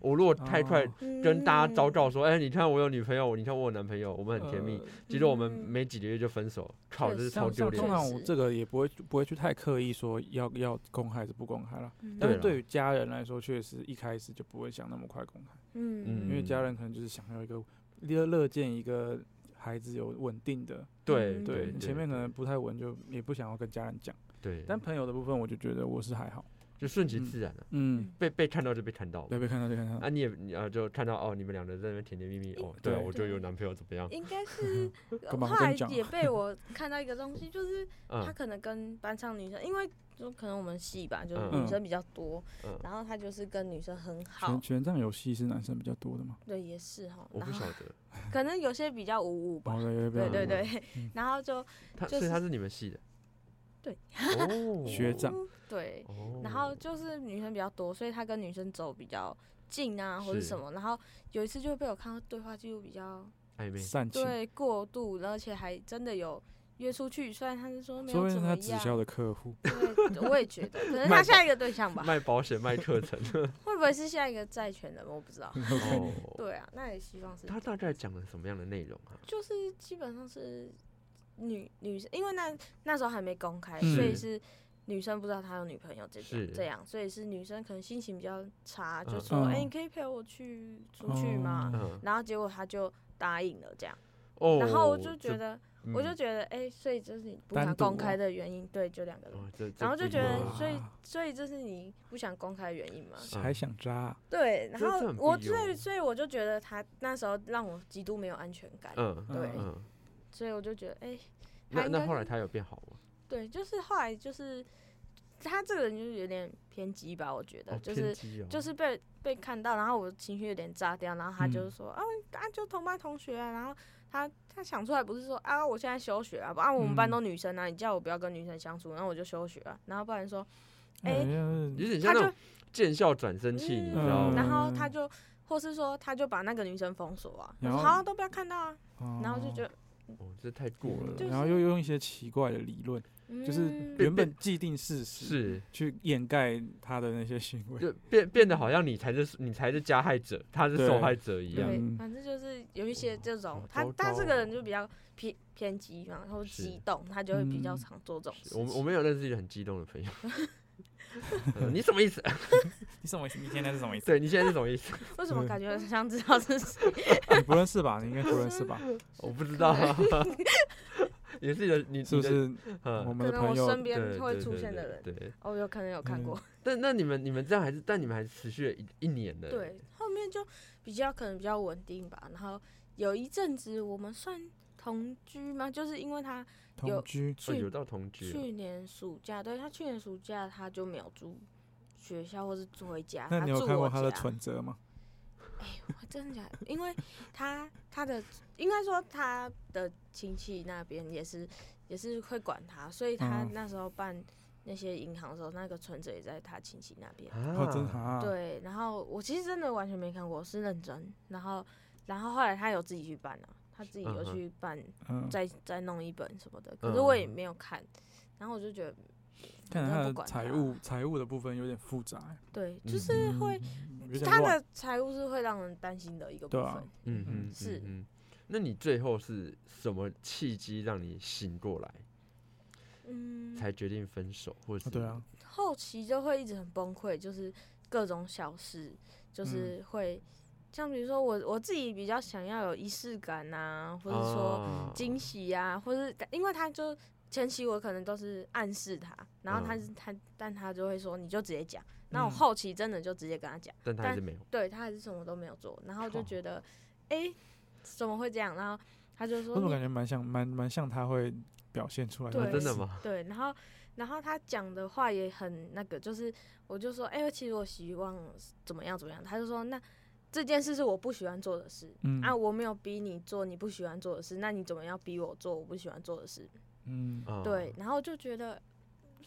Speaker 5: 我如果太快
Speaker 4: 哦
Speaker 5: (laughs) 跟大家昭
Speaker 6: 招
Speaker 5: 告说，哎、你看我有女朋友，你看我有男朋友，我们很甜蜜，
Speaker 4: 呃
Speaker 5: 其实我们
Speaker 6: 嗯
Speaker 5: 没几个月就分手，靠，
Speaker 6: 确
Speaker 5: 这是
Speaker 6: 实
Speaker 5: 超
Speaker 4: 像
Speaker 5: 丢
Speaker 4: 像
Speaker 6: 这
Speaker 4: 通
Speaker 5: 脸的。
Speaker 6: 样
Speaker 4: 常我
Speaker 6: 是
Speaker 4: 这个也不会不会去太刻意说要要公开还是不公开了，
Speaker 6: 嗯
Speaker 4: 但
Speaker 5: 对
Speaker 4: 是
Speaker 5: 啦
Speaker 4: 对于家人来说，确实一开始就不会想那么快公开，
Speaker 5: 嗯
Speaker 6: 嗯
Speaker 4: 因为家人可能就是想要一个乐乐见一个孩子有稳定的，
Speaker 5: 对
Speaker 6: 嗯
Speaker 5: 对，
Speaker 4: 对，前面可能
Speaker 5: 的
Speaker 4: 不太稳，就也不想要跟家人讲。
Speaker 5: 对，
Speaker 4: 但朋友的部分，我就觉得我是还好，
Speaker 5: 就顺其
Speaker 4: 嗯
Speaker 5: 自然了、啊
Speaker 4: 嗯，
Speaker 5: 被被看到就被看到嘛。
Speaker 4: 对，被看到就看到
Speaker 5: 啊，，你也你啊，就看到哦，你们两个人在那边甜甜蜜蜜哦，对啊，
Speaker 4: 对
Speaker 5: 我就有男朋友怎么样？
Speaker 6: 应该是
Speaker 4: (laughs) 干嘛
Speaker 6: 后
Speaker 4: 我跟
Speaker 6: 来
Speaker 4: 你讲啊
Speaker 6: 也被我看到一个东西，就是他
Speaker 5: 嗯
Speaker 6: 可能跟班上女生，因为就可能我们系吧，就是
Speaker 5: 嗯
Speaker 6: 女生比较多，
Speaker 5: 嗯，
Speaker 6: 然后他就是跟女生很好
Speaker 4: 全，全仗游戏是男生比较多的嘛，
Speaker 6: 对，也是哈，
Speaker 5: 我不
Speaker 6: 然
Speaker 5: 晓
Speaker 6: 后
Speaker 5: 得，
Speaker 6: 可能有些比较无误吧，
Speaker 4: 哦，对
Speaker 6: 对对
Speaker 5: 嗯
Speaker 6: 对， (laughs)
Speaker 4: 嗯
Speaker 6: 然后就
Speaker 5: 他
Speaker 6: 就
Speaker 5: 所以他
Speaker 6: 是
Speaker 5: 是你们系的，
Speaker 6: 对，
Speaker 5: 哦，
Speaker 4: 学长
Speaker 6: 对，
Speaker 5: 哦，
Speaker 6: 然后就是女生比较多，所以他跟女生走比较近啊，或者
Speaker 5: 是
Speaker 6: 什么，然后有一次就被我看到对话记录比较
Speaker 5: 暧昧，
Speaker 4: 善情，
Speaker 6: 对过度，而且还真的有约出去，虽然他是说没有
Speaker 4: 说不
Speaker 6: 怎
Speaker 4: 定
Speaker 6: 么
Speaker 4: 他直销
Speaker 6: 样，
Speaker 4: 的客户，
Speaker 6: 对，我也觉得，
Speaker 5: (laughs)
Speaker 6: 可能
Speaker 5: 卖
Speaker 6: 他下一个对象吧，
Speaker 5: 卖保险卖
Speaker 6: (laughs)
Speaker 5: 课程，
Speaker 6: 会不会是下一个债权人，我不知道。
Speaker 5: 哦，
Speaker 6: 对啊，那也希望是，
Speaker 5: 他大概讲了什么样的内容啊？
Speaker 6: 就是基本上是女女生，因为那那时候还没公开，
Speaker 4: 嗯
Speaker 6: 所以是女生不知道他有女朋友这
Speaker 5: 是
Speaker 6: 种这样，所以是女生可能心情比较差，就
Speaker 5: 嗯
Speaker 6: 说：“
Speaker 4: 嗯
Speaker 6: 哎、你可以陪我去出去吗？”
Speaker 4: 哦
Speaker 5: 嗯，
Speaker 6: 然后结果他就答应了这样，
Speaker 5: 哦，
Speaker 6: 然后我就觉
Speaker 5: 这，
Speaker 6: 得，
Speaker 5: 嗯啊
Speaker 6: 我就觉得，哎、所以就是你不
Speaker 4: 单
Speaker 6: 想
Speaker 4: 独
Speaker 6: 公
Speaker 4: 哦
Speaker 6: 开的原因，对，就两个人。
Speaker 5: 哦这这
Speaker 6: 然后就
Speaker 5: 不一
Speaker 6: 觉
Speaker 5: 样
Speaker 6: 得，
Speaker 5: 啊
Speaker 6: 所以所以这是你不想公开的原因吗？
Speaker 4: 还想渣啊，
Speaker 6: 对，然
Speaker 5: 这这
Speaker 6: 后
Speaker 5: 很
Speaker 6: 我
Speaker 5: 不
Speaker 6: 所以
Speaker 5: 优
Speaker 6: 所以我就觉得他那时候让我极度没有安全感，
Speaker 5: 嗯
Speaker 6: 对
Speaker 4: 啊
Speaker 5: 嗯，
Speaker 6: 所以我就觉得，哎、他
Speaker 5: 那
Speaker 6: 应该
Speaker 5: 那后
Speaker 6: 是
Speaker 5: 来他有变好吗？
Speaker 6: 对，就是后来就是他这个人就是有点偏激吧，我觉得、
Speaker 5: 哦
Speaker 6: 就
Speaker 5: 偏
Speaker 6: 是
Speaker 5: 激哦
Speaker 6: 就是被被看到，然后我情绪有点炸掉，然后他就是
Speaker 4: 嗯
Speaker 6: 说、啊啊就同班同学啊，然后他他想出来不是说啊我现在休学啊，不啊我们班
Speaker 4: 嗯
Speaker 6: 都女生啊，你叫我不要跟女生相处，然后我就休学啊，然后不然说哎
Speaker 4: 哎呀，
Speaker 5: 有点像
Speaker 6: 他
Speaker 5: 那
Speaker 6: 就
Speaker 5: 种见效转生器，你知道
Speaker 6: 嗯，
Speaker 5: 吗？
Speaker 6: 然后他就或是说他就把那个女生封锁啊，
Speaker 4: 然后
Speaker 6: 好都不要看到啊，
Speaker 4: 哦
Speaker 6: 然后就觉得，
Speaker 5: 哦，这太过了，
Speaker 6: 就
Speaker 4: 然后
Speaker 6: 是
Speaker 4: 又用一些奇怪的理论，就是
Speaker 6: 嗯
Speaker 4: 原本既定事实
Speaker 5: 是
Speaker 4: 去掩盖他的那些行为。
Speaker 5: 就变变得好像你才是你才是加害者，他是
Speaker 4: 对
Speaker 5: 受害者一样。
Speaker 6: 对，
Speaker 4: 嗯
Speaker 6: 反正就是有一些这种
Speaker 5: 哇，
Speaker 6: 他
Speaker 5: 糟
Speaker 6: 他
Speaker 5: 糕
Speaker 6: 这个
Speaker 5: 哦
Speaker 6: 人就比较偏偏激嘛，然后
Speaker 5: 是
Speaker 6: 激动，他就会比较
Speaker 4: 嗯
Speaker 6: 常做这种事
Speaker 5: 我们我
Speaker 6: 情。
Speaker 5: 们有认识一个很激动的
Speaker 6: (laughs)
Speaker 5: 朋友，他说你什么意思？ (laughs)
Speaker 3: 你什么意思？你现在是什么意思？
Speaker 5: 对你现在是什么意思？
Speaker 6: 为什么
Speaker 4: 对
Speaker 6: 感觉很想知道这是？
Speaker 4: 你不认识吧？你应该不认识吧？
Speaker 5: 我不知道啊， (laughs) 也是你的你
Speaker 4: 是不？是
Speaker 5: 你的
Speaker 4: 我
Speaker 5: 嗯，
Speaker 4: 们
Speaker 6: 可
Speaker 4: 的
Speaker 6: 能我
Speaker 4: 朋友？
Speaker 6: 身
Speaker 5: 对
Speaker 6: 边会
Speaker 5: 对
Speaker 6: 出
Speaker 5: 对
Speaker 6: 现
Speaker 5: 对
Speaker 6: 的人，
Speaker 5: 对，
Speaker 6: 哦，有可能有看
Speaker 4: 嗯
Speaker 6: 过。 (laughs)
Speaker 5: 但那你们你们这样还是，但你们还是持续了一一年呢。
Speaker 6: 对，后面就比较可能比较稳定吧。然后有一阵子我们算同居吗？就是因为他有
Speaker 4: 同居，
Speaker 5: 哦，
Speaker 6: 去、
Speaker 5: 有到同居了，
Speaker 6: 去年暑假，对他去年暑假他就没有住学校或是住回家，
Speaker 4: 那
Speaker 6: 他
Speaker 4: 你有
Speaker 6: 住
Speaker 4: 看
Speaker 6: 我
Speaker 4: 过他的
Speaker 6: 家
Speaker 4: 存折吗？
Speaker 6: 哎真的假的？因为他他的应该说他的亲戚那边也是也是会管他，所以他
Speaker 4: 嗯
Speaker 6: 那时候办那些银行的时候，那个存折也在他亲戚那边。
Speaker 5: 啊
Speaker 4: 哦，真的啊，
Speaker 6: 嗯对，然后我其实真的完全没看过，是认真。然后然后后来他有自己去办了、啊他自己有
Speaker 5: 嗯哼
Speaker 6: 去办，
Speaker 4: 嗯，
Speaker 6: 再再弄一本什么的，可是我也没有看。然后我就觉得，
Speaker 4: 看
Speaker 6: 反
Speaker 4: 来
Speaker 6: 正
Speaker 4: 他
Speaker 6: 不
Speaker 4: 的
Speaker 6: 管
Speaker 4: 财
Speaker 6: 他
Speaker 4: 务财务的部分有点复杂欸，
Speaker 6: 对，就
Speaker 5: 嗯
Speaker 6: 是会、
Speaker 4: 嗯有点
Speaker 6: 他
Speaker 4: 乱。
Speaker 6: 的财务是会让人担心的一个部
Speaker 4: 对啊
Speaker 6: 分。
Speaker 5: 嗯嗯，
Speaker 6: 是
Speaker 5: 嗯。那你最后是什么契机让你醒过来，
Speaker 6: 嗯，
Speaker 5: 才决定分手，或者
Speaker 4: 哦
Speaker 5: 是
Speaker 4: 对啊，
Speaker 6: 后期就会一直很崩溃，就是各种小事，就是会、像比如说我我自己比较想要有仪式感呐、或者说
Speaker 4: 嗯
Speaker 5: 啊
Speaker 6: 惊喜啊，或是因为他就前期我可能都是暗示他，然后他、
Speaker 5: 嗯
Speaker 6: 他但他就会说你就直接讲，那我后期真的就直接跟他讲，
Speaker 5: 但他还是没有。
Speaker 6: 对他还是什么都没有做，然后就
Speaker 4: 靠
Speaker 6: 觉得哎、诶怎么会这样？然后他就说
Speaker 4: 我怎么
Speaker 6: 你
Speaker 4: 感觉蛮像蛮蛮像他会表现出来
Speaker 5: 啊
Speaker 6: 对
Speaker 4: 的意
Speaker 5: 真
Speaker 4: 思？
Speaker 5: 的吗？
Speaker 6: 对，然后然后他讲的话也很那个，就是我就说，哎、其实我希望怎么样怎么样，他就说那。这件事是我不喜欢做的事、
Speaker 4: 嗯
Speaker 6: 啊，我没有逼你做你不喜欢做的事，那你怎么要逼我做我不喜欢做的事？
Speaker 4: 嗯，
Speaker 5: 啊
Speaker 6: 对，，然后就觉得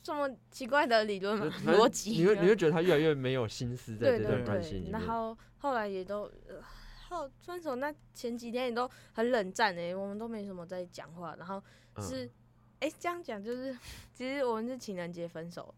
Speaker 6: 这么奇怪的理论 (laughs)
Speaker 5: 就
Speaker 6: 嘛，
Speaker 5: 反正
Speaker 6: 逻辑，啊
Speaker 5: 你会你会觉得他越来越没有心思在
Speaker 6: 对
Speaker 5: 这
Speaker 6: 对
Speaker 5: 段关系里
Speaker 6: 对，
Speaker 5: 面。
Speaker 6: 然后后来也都、呃后分手那前几天也都很冷战诶、我们都没什么在讲话，然后
Speaker 5: 嗯
Speaker 6: 是，哎、这样讲就是， (laughs) 其实我们是情人节分手，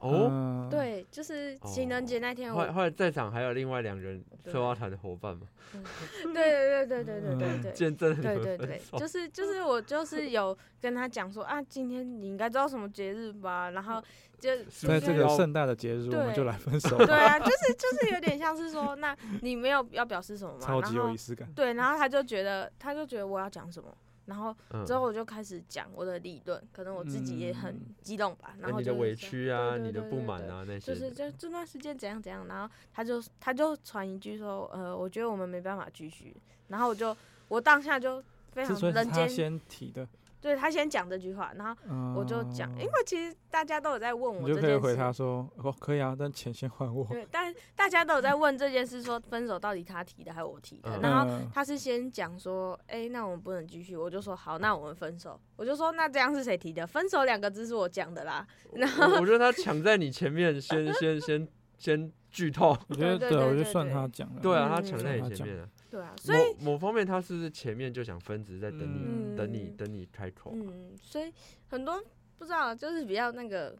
Speaker 5: 哦，
Speaker 4: 嗯，
Speaker 6: 对，就是情人节那天
Speaker 5: 后
Speaker 6: 我，
Speaker 5: 来后来在场还有另外两人
Speaker 6: 对
Speaker 5: 策划团的伙伴嘛，
Speaker 6: 对对对对对对对对。
Speaker 5: 见证了你
Speaker 6: 对
Speaker 5: 们
Speaker 6: 对
Speaker 5: 分
Speaker 6: 对，
Speaker 5: 手。
Speaker 6: 就是就是我就是有跟他讲说啊，今天你应该知道什么节日吧，然后就
Speaker 4: 在这个
Speaker 5: 要
Speaker 4: 盛大的节日，我们就
Speaker 6: 对
Speaker 4: 来分手
Speaker 6: 对
Speaker 4: 吧，
Speaker 6: 啊，就是就是有点像是说，那你没有要表示什么嘛，
Speaker 4: 超
Speaker 6: 然
Speaker 4: 级有
Speaker 6: 后
Speaker 4: 仪式感。
Speaker 6: 对，然后他就觉得他就觉得我要讲什么，然后
Speaker 5: 嗯
Speaker 6: 之后我就开始讲我的理论，可能我自己也很
Speaker 4: 嗯
Speaker 6: 激动吧，然
Speaker 5: 哎
Speaker 6: 后
Speaker 5: 你的
Speaker 6: 就是
Speaker 5: 委
Speaker 6: 说
Speaker 5: 屈啊，
Speaker 6: 对对
Speaker 5: 你的
Speaker 6: 对
Speaker 5: 不
Speaker 6: 对
Speaker 5: 满
Speaker 6: 对
Speaker 5: 啊那些
Speaker 6: 就
Speaker 5: 的，
Speaker 6: (laughs) 是就这段时间怎样怎样，然后他就他就传一句说，呃，我觉得我们没办法继续，然后我就我当下就非
Speaker 4: 是
Speaker 6: 常
Speaker 4: 所以是
Speaker 6: 人
Speaker 4: 他
Speaker 6: 间，
Speaker 4: 先提的，
Speaker 6: 对他先讲这句话，然后
Speaker 4: 嗯，
Speaker 6: 我就讲，因为其实大家都有在问
Speaker 4: 你
Speaker 6: 我
Speaker 4: 就
Speaker 6: 这
Speaker 4: 可以
Speaker 6: 件
Speaker 4: 回他
Speaker 6: 事，
Speaker 4: 说，哦，可以啊，但钱先还我。
Speaker 6: 对，但大家都有在问这件事，说分手到底他提的还是我提的，
Speaker 5: 嗯
Speaker 6: 然后
Speaker 4: 嗯
Speaker 6: 他是先讲说，哎、那我们不能继续，我就说好，那我们分手。我就说那这样是谁提的？分手两个字是我讲的啦。
Speaker 5: 我我觉得他抢在你前面先先先先
Speaker 6: (laughs)
Speaker 5: 剧透，
Speaker 4: 我觉得
Speaker 6: 对
Speaker 4: 对，
Speaker 6: 对
Speaker 4: 我就
Speaker 6: 对
Speaker 4: 算
Speaker 6: 对
Speaker 4: 他讲了。
Speaker 5: 对啊，
Speaker 6: 嗯
Speaker 5: 他抢在
Speaker 4: 嗯
Speaker 5: 你前面啊。
Speaker 6: 对啊，所以
Speaker 5: 某某方面，他是不是前面就想分，只是在等你
Speaker 6: 嗯
Speaker 5: 等你等你开口？
Speaker 6: 嗯，所以很多不知道，就是比较那个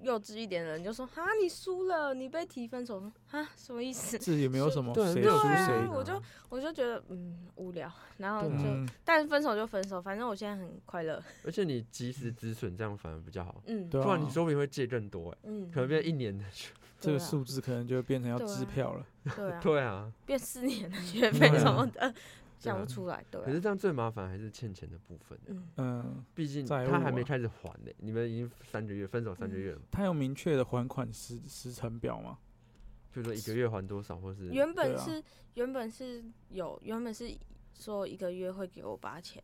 Speaker 6: 幼稚一点的人就说，哈，你输了，你被提分手，哈，什么意
Speaker 4: (laughs)
Speaker 6: 思？
Speaker 4: 这也没有什么
Speaker 5: 对
Speaker 4: 谁
Speaker 5: 没有
Speaker 4: 输
Speaker 5: 输
Speaker 4: 谁
Speaker 5: 谁
Speaker 6: 啊
Speaker 5: 赢，
Speaker 6: 我就我就觉得嗯无聊，然后
Speaker 5: 对啊
Speaker 6: 就、
Speaker 4: 嗯，
Speaker 6: 但分手就分手，反正我现在很快乐。
Speaker 5: 而且你及时止损，这样反而比较好。
Speaker 6: 嗯，
Speaker 4: 对啊
Speaker 5: 不然你说不定会借更多哎，
Speaker 6: 嗯，
Speaker 5: 可能变一年的学。
Speaker 6: (laughs)
Speaker 4: 这个
Speaker 6: 对啊
Speaker 4: 数字可能就会变成要
Speaker 6: 对啊
Speaker 4: 支票了。
Speaker 6: 对啊，
Speaker 5: (laughs) 对啊，
Speaker 6: 变四年的学费什么的，讲不出来，对
Speaker 5: 可是
Speaker 6: 啊，
Speaker 5: 这样最麻烦还是欠钱的部分欸，
Speaker 6: 嗯，
Speaker 4: 嗯，
Speaker 5: 毕竟
Speaker 4: 债
Speaker 5: 他
Speaker 4: 务
Speaker 5: 还没
Speaker 4: 啊
Speaker 5: 开始还呢、你们已经三个月分手三个月了，
Speaker 4: 他有明确的还款时时程表吗？
Speaker 5: 就说一个月还多少，或是
Speaker 6: 原本
Speaker 4: 对啊
Speaker 6: 是、原本是有原本是说一个月会给我八千，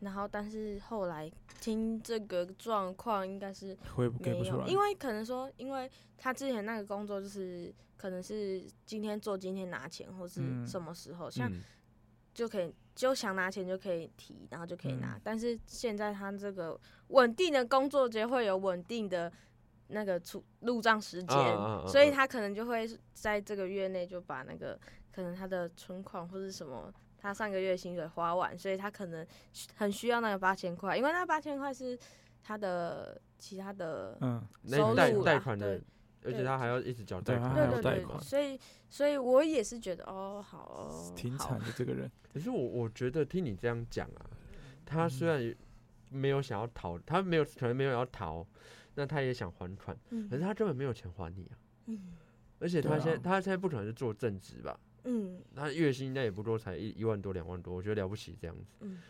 Speaker 6: 然后但是后来听这个状况应该是
Speaker 4: 回不给
Speaker 6: 没
Speaker 4: 不出
Speaker 6: 有，
Speaker 4: 来，
Speaker 6: 因为可能说因为他之前那个工作就是可能是今天做今天拿钱或是
Speaker 4: 嗯
Speaker 6: 什么时候，像
Speaker 5: 嗯
Speaker 6: 就可以就想拿钱就可以提，然后就可以拿，
Speaker 4: 嗯
Speaker 6: 但是现在他这个稳定的工作就会有稳定的。那个出入账时间，
Speaker 5: 啊啊啊啊
Speaker 6: 所以他可能就会在这个月内就把那个可能他的存款或是什么，他上个月薪水花完，所以他可能很需要那个八千块，因为那八千块是他的其他的
Speaker 4: 嗯，
Speaker 5: 那
Speaker 6: 收
Speaker 5: 贷
Speaker 6: 入
Speaker 5: 贷
Speaker 6: 啦
Speaker 5: 款的
Speaker 6: 对，
Speaker 5: 而且
Speaker 6: 对
Speaker 5: 他还要一直缴
Speaker 4: 对
Speaker 5: 贷
Speaker 4: 他
Speaker 5: 款，
Speaker 4: 还
Speaker 5: 啊
Speaker 6: 对
Speaker 4: 有
Speaker 6: 对
Speaker 4: 贷
Speaker 6: 对，
Speaker 4: 款
Speaker 6: 所以所以我也是觉得哦，好哦，
Speaker 4: 挺
Speaker 6: 好
Speaker 4: 惨的这个人，
Speaker 5: 可是我我觉得听你这样讲啊，他
Speaker 6: 嗯
Speaker 5: 虽然也没有想要逃，他没有可能没有要逃，那他也想还款，
Speaker 6: 嗯
Speaker 5: 可是他根本没有钱还你啊。
Speaker 6: 嗯
Speaker 5: (laughs) 而且他
Speaker 4: 对啊
Speaker 5: 现在、他现在不可能是做正职吧？
Speaker 6: 嗯
Speaker 5: 他月薪应该也不多，才一一万多两万多，我觉得了不起这样子。
Speaker 6: 嗯，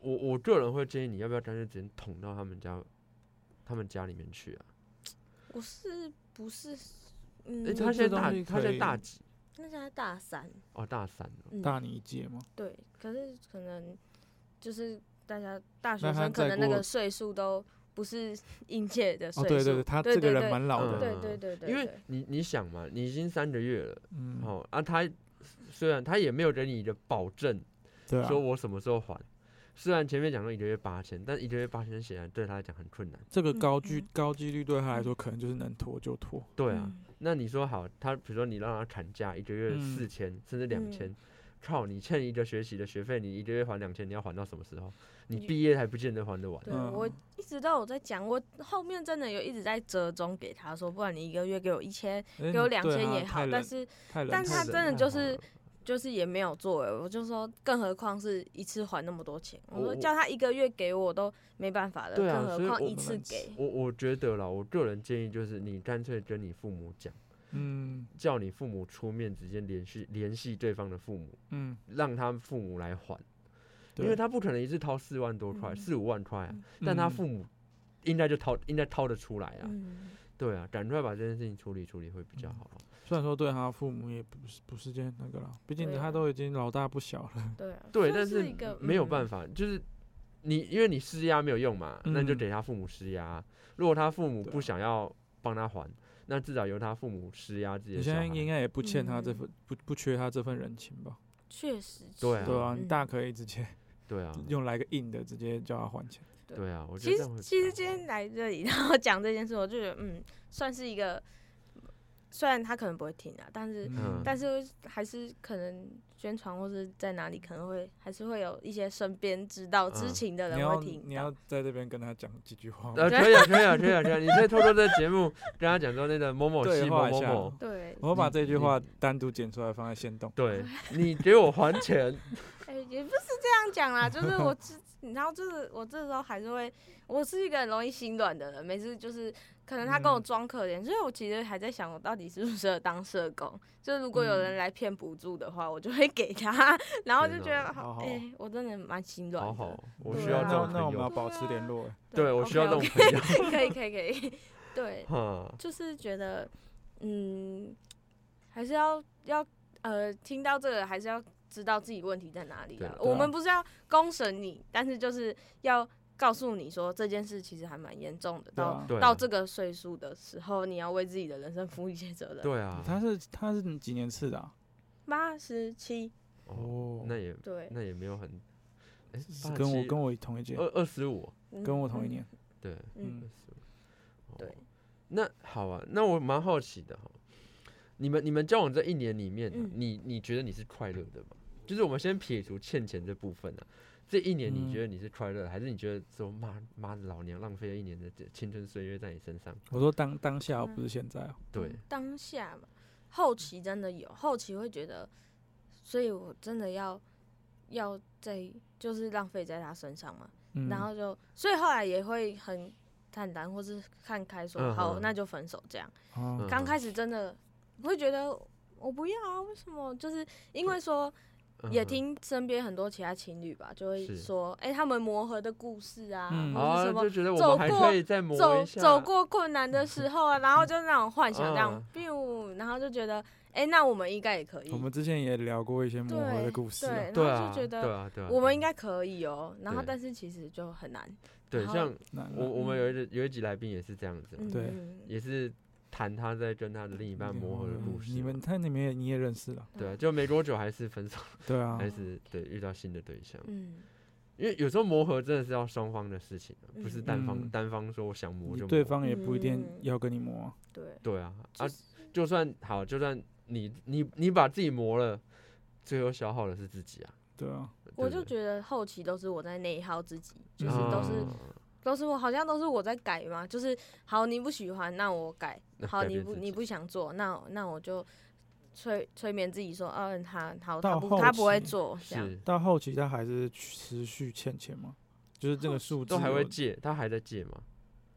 Speaker 5: 我我个人会建议你要不要干脆直接捅到他们家，他们家里面去啊？
Speaker 6: 我是不是
Speaker 5: 哎、
Speaker 6: 嗯？
Speaker 5: 他现在
Speaker 4: 这
Speaker 5: 大
Speaker 4: 东西
Speaker 5: 他现
Speaker 4: 可
Speaker 5: 在
Speaker 4: 以
Speaker 5: 大几？
Speaker 6: 那现在大三，
Speaker 5: 哦，大三了。
Speaker 6: 嗯
Speaker 4: 大你一届嘛，
Speaker 6: 对，可是可能就是大家大
Speaker 4: 那
Speaker 6: 学
Speaker 4: 他
Speaker 6: 生可
Speaker 4: 再
Speaker 6: 能那
Speaker 4: 过
Speaker 6: 个岁数都不是应届的岁
Speaker 4: 哦，
Speaker 6: 数、
Speaker 4: 对对对，他这个人蛮老
Speaker 5: 嗯
Speaker 4: 的，
Speaker 6: 对对对对，
Speaker 5: 因为
Speaker 6: 对
Speaker 5: 你你想嘛，你已经三个月了，
Speaker 4: 嗯，
Speaker 5: 哦啊，他虽然他也没有给你一个保证，
Speaker 4: 对啊，
Speaker 5: 说我什么时候还。虽然前面讲了一个月八千，但一个月八千显然对他来讲很困难。
Speaker 4: 这个
Speaker 6: 嗯
Speaker 4: 高几
Speaker 6: 嗯
Speaker 4: 高几率对他来说可能就是能拖就拖，
Speaker 5: 对啊，
Speaker 6: 嗯
Speaker 5: 那你说好，他比如说你让他砍价一个
Speaker 4: 嗯
Speaker 5: 月四千、甚至两千、靠，你欠一个学期的学费，你一个月还两千，你要还到什么时候？你
Speaker 6: 你
Speaker 5: 毕业还不见得还得完。
Speaker 6: 对
Speaker 4: 嗯
Speaker 6: 我一直都有在讲，我后面真的有一直在折中给他说，不然你一个月给我一千，
Speaker 4: 哎
Speaker 6: 给我
Speaker 4: 你
Speaker 6: 两
Speaker 4: 对
Speaker 6: 千
Speaker 4: 啊
Speaker 6: 也
Speaker 4: 太
Speaker 6: 好，
Speaker 4: 冷
Speaker 6: 但是
Speaker 4: 太冷
Speaker 6: 但
Speaker 4: 太
Speaker 6: 他
Speaker 4: 冷
Speaker 6: 真的
Speaker 4: 了
Speaker 6: 就是就是也没有做欸，我就说，更何况是一次还那么多钱，我
Speaker 5: 我
Speaker 6: 说叫他一个月给我都没办法了，
Speaker 5: 对啊
Speaker 6: 更
Speaker 5: 所
Speaker 6: 何
Speaker 5: 以
Speaker 6: 况
Speaker 5: 我
Speaker 6: 一
Speaker 4: 们
Speaker 6: 次
Speaker 4: 很
Speaker 6: 给，
Speaker 5: 我我觉得啦，我个人建议就是你干脆跟你父母讲，
Speaker 4: 嗯
Speaker 5: 叫你父母出面，直接联系联系对方的父母，
Speaker 4: 嗯，
Speaker 5: 让他父母来还，因
Speaker 4: 对
Speaker 5: 为他不可能一次掏四万多块、
Speaker 6: 嗯
Speaker 5: 四五万块啊，
Speaker 6: 嗯
Speaker 5: 但他
Speaker 4: 嗯
Speaker 5: 父母应该就掏，应该掏得出来啊。
Speaker 6: 嗯，
Speaker 5: 对啊，赶快把这件事情处理处理会比较
Speaker 4: 嗯
Speaker 5: 好。
Speaker 4: 虽然说对他父母也不是不是件那个了，毕竟
Speaker 6: 对啊
Speaker 4: 他都已经老大不小了，
Speaker 6: 对啊，
Speaker 5: (laughs) 对，
Speaker 6: 算
Speaker 5: 但
Speaker 6: 是
Speaker 5: 是
Speaker 6: 一个嗯
Speaker 5: 没有办
Speaker 6: 法，
Speaker 5: 法，就是你因为你施压没有用嘛，那你就
Speaker 4: 嗯
Speaker 5: 给他父母施压啊。如果他父母
Speaker 4: 对
Speaker 5: 不
Speaker 4: 啊
Speaker 5: 想要帮他还，那至少由他父母施压自己
Speaker 4: 你
Speaker 5: 的小
Speaker 4: 现在
Speaker 5: 孩。
Speaker 4: 应该也不欠他这
Speaker 6: 嗯
Speaker 4: 份不不缺他这份人情吧？
Speaker 6: 确实
Speaker 5: 对
Speaker 6: 是
Speaker 5: 啊
Speaker 4: 对啊，你
Speaker 6: 嗯
Speaker 4: 大可以直
Speaker 5: (laughs)
Speaker 4: 接
Speaker 5: 对啊，
Speaker 4: 用来个硬的，直接叫他还钱。
Speaker 6: 对
Speaker 5: 对啊，我觉
Speaker 6: 其
Speaker 5: 得这样
Speaker 6: 实
Speaker 5: 会比
Speaker 6: 其实
Speaker 5: 较
Speaker 6: 今
Speaker 5: 好
Speaker 6: 天来这里，然后讲这件事，我就觉得嗯，算是一个，虽然他可能不会听啊，但是、
Speaker 5: 嗯
Speaker 6: 但是还是可能宣传或是在哪里可能会还是会有一些身边知道知
Speaker 5: 嗯
Speaker 6: 情的
Speaker 4: 你
Speaker 6: 人
Speaker 4: 要
Speaker 6: 会听到。
Speaker 4: 你要在这边跟他讲几句话吗，
Speaker 5: 呃，可以啊，可以啊，可以啊，可以啊，你可以透过这个节目跟他讲说那个某某
Speaker 4: (laughs) 对
Speaker 5: 系某
Speaker 4: 话一
Speaker 5: 某
Speaker 6: (laughs)
Speaker 4: 下
Speaker 5: 某，
Speaker 6: 对，
Speaker 4: 我把这句
Speaker 5: 你
Speaker 4: 话单独剪出来放在先动。
Speaker 5: 对你给我还钱，
Speaker 6: 哎、也不是这样讲啦，就是我知， (laughs) 你知道，就是我这时候还是会，我是一个很容易心软的人，每次就是可能他跟我
Speaker 4: 嗯
Speaker 6: 装可怜，所以我其实还在想，我到底适不适合当社工？就是如果有人
Speaker 4: 嗯
Speaker 6: 来骗补助的话，我就会给他， (laughs) 然后就
Speaker 5: 天
Speaker 6: 觉得
Speaker 5: 哪
Speaker 6: 好，
Speaker 4: 好好
Speaker 6: 哎、我真的蛮心软
Speaker 5: 哦好
Speaker 6: 的。
Speaker 5: 好，我
Speaker 4: 对
Speaker 5: 需要
Speaker 4: 啊
Speaker 5: 这种
Speaker 4: 那我
Speaker 5: 朋
Speaker 4: 们要
Speaker 5: 友，
Speaker 4: 保持联络欸。
Speaker 5: 对我需要这种
Speaker 6: OK，OK，
Speaker 5: 朋友，
Speaker 6: 可以可以可以， (laughs) 对，
Speaker 5: 哈，
Speaker 6: 就是觉得，嗯，还是要要呃，听到这个还是要知道自己问题在哪里
Speaker 5: 对
Speaker 6: 啊
Speaker 5: 了。
Speaker 4: 对
Speaker 6: 我
Speaker 4: 啊
Speaker 6: 们不是要公审你，但是就是要告诉你说这件事其实还蛮严重的。
Speaker 4: 对
Speaker 6: 到、
Speaker 4: 啊，
Speaker 6: (laughs)
Speaker 5: 对
Speaker 6: 到
Speaker 5: 啊
Speaker 6: 这个岁数的时候，你要为自己的人生负一些责任。
Speaker 5: 对啊，
Speaker 4: 他是他是几年次的啊？
Speaker 6: 八十七，
Speaker 5: 哦，那也
Speaker 6: 对，
Speaker 5: 那也没有很，哎，
Speaker 4: 是跟我跟我同一届
Speaker 5: 二，二十五，
Speaker 6: 嗯
Speaker 4: 跟我同一年。。
Speaker 5: 对，
Speaker 6: 嗯，
Speaker 4: 嗯，
Speaker 6: 对
Speaker 5: 哦。那好啊，那我蛮好奇的哈，你们你们交往这一年里面啊、
Speaker 6: 嗯
Speaker 5: 你你觉得你是快乐的吗？就是我们先撇除欠钱这部分啊，这一年
Speaker 4: 嗯
Speaker 5: 你觉得你是快乐的，还是你觉得说妈妈的老娘浪费了一年的这青春岁月在你身上？
Speaker 4: 我说当当下
Speaker 6: 嗯
Speaker 4: 哦不是现在哦。
Speaker 5: 对，
Speaker 6: 当下嘛，后期真的有，后期会觉得，所以我真的要要在就是浪费在他身上嘛，
Speaker 4: 嗯，
Speaker 6: 然后就所以后来也会很坦然，或是看开说、
Speaker 5: 嗯
Speaker 6: 好，
Speaker 5: 嗯
Speaker 6: 那就分手这样。
Speaker 4: 哦
Speaker 5: 嗯
Speaker 6: 刚
Speaker 5: 哼
Speaker 6: 开始真的会觉得我不要啊，为什么？就是因为说
Speaker 5: 嗯
Speaker 6: 也
Speaker 5: 哼
Speaker 6: 听身边很多其他情侣吧，就会
Speaker 5: 是
Speaker 6: 说哎、诶他们磨合的故事啊，
Speaker 4: 嗯
Speaker 6: 或是
Speaker 5: 啊，
Speaker 6: 什么
Speaker 5: 就觉得我
Speaker 6: 走
Speaker 5: 们还
Speaker 6: 过
Speaker 5: 可以再磨
Speaker 6: 走
Speaker 5: 一下，
Speaker 6: 走过困难的时候啊，然后就那种幻想这样
Speaker 5: 嗯，
Speaker 6: biu，、然后就觉得，哎、那我们应该也可以，
Speaker 4: 我们之前也聊过一些磨合的
Speaker 6: 对
Speaker 4: 故事啊。
Speaker 6: 对，
Speaker 5: 对
Speaker 6: 然
Speaker 5: 啊，
Speaker 6: 后就觉
Speaker 5: 对
Speaker 6: 得
Speaker 5: 啊，对啊，
Speaker 6: 我们
Speaker 5: 对
Speaker 6: 应该可以哦、然后
Speaker 5: 对
Speaker 6: 但是其实就很难，
Speaker 5: 对，
Speaker 6: 好
Speaker 5: 像
Speaker 4: 那
Speaker 5: 我我们
Speaker 6: 嗯
Speaker 5: 有一个有一集来宾也是这样子嘛，
Speaker 6: 嗯，
Speaker 4: 对
Speaker 6: 嗯
Speaker 5: 也是谈他在跟他的另一半磨合的故事
Speaker 4: 嗯
Speaker 5: 嘛，啊
Speaker 4: 你们他你们也你也认识了，
Speaker 5: 对啊，就没多久还是分手，
Speaker 4: 对啊，
Speaker 5: 还是对遇到新的对象，
Speaker 6: 嗯，
Speaker 5: 因为有时候磨合真的是要双方的事情啊，不是单方
Speaker 4: 嗯
Speaker 5: 单方说我想磨
Speaker 4: 你
Speaker 5: 就磨。
Speaker 4: 对方也不一定
Speaker 6: 嗯
Speaker 4: 要跟你磨啊，
Speaker 6: 对，
Speaker 5: 对啊
Speaker 6: 就
Speaker 5: 啊，就算好，就算你你你把自己磨了，最后消耗的是自己啊。
Speaker 4: 对啊，
Speaker 6: 我就
Speaker 5: 对不对
Speaker 6: 觉得后期都是我在内耗自己，就是都是、
Speaker 5: 啊
Speaker 6: 都是我好像都是我在改嘛，就是好你不喜欢，那我改
Speaker 5: (laughs) 那；
Speaker 6: 好
Speaker 5: 改
Speaker 6: 你
Speaker 5: 变
Speaker 6: 不
Speaker 5: 自
Speaker 6: 你
Speaker 5: 己
Speaker 6: 不想做，那那我就催催眠自己说，嗯、他好
Speaker 4: 到
Speaker 6: 他不他
Speaker 4: 后
Speaker 6: 不会
Speaker 4: 期
Speaker 6: 做这样。
Speaker 5: 是
Speaker 4: 到后期他还是持续欠钱嘛，就是这个数字
Speaker 5: 都还会
Speaker 4: 有
Speaker 5: 借，他还在借吗？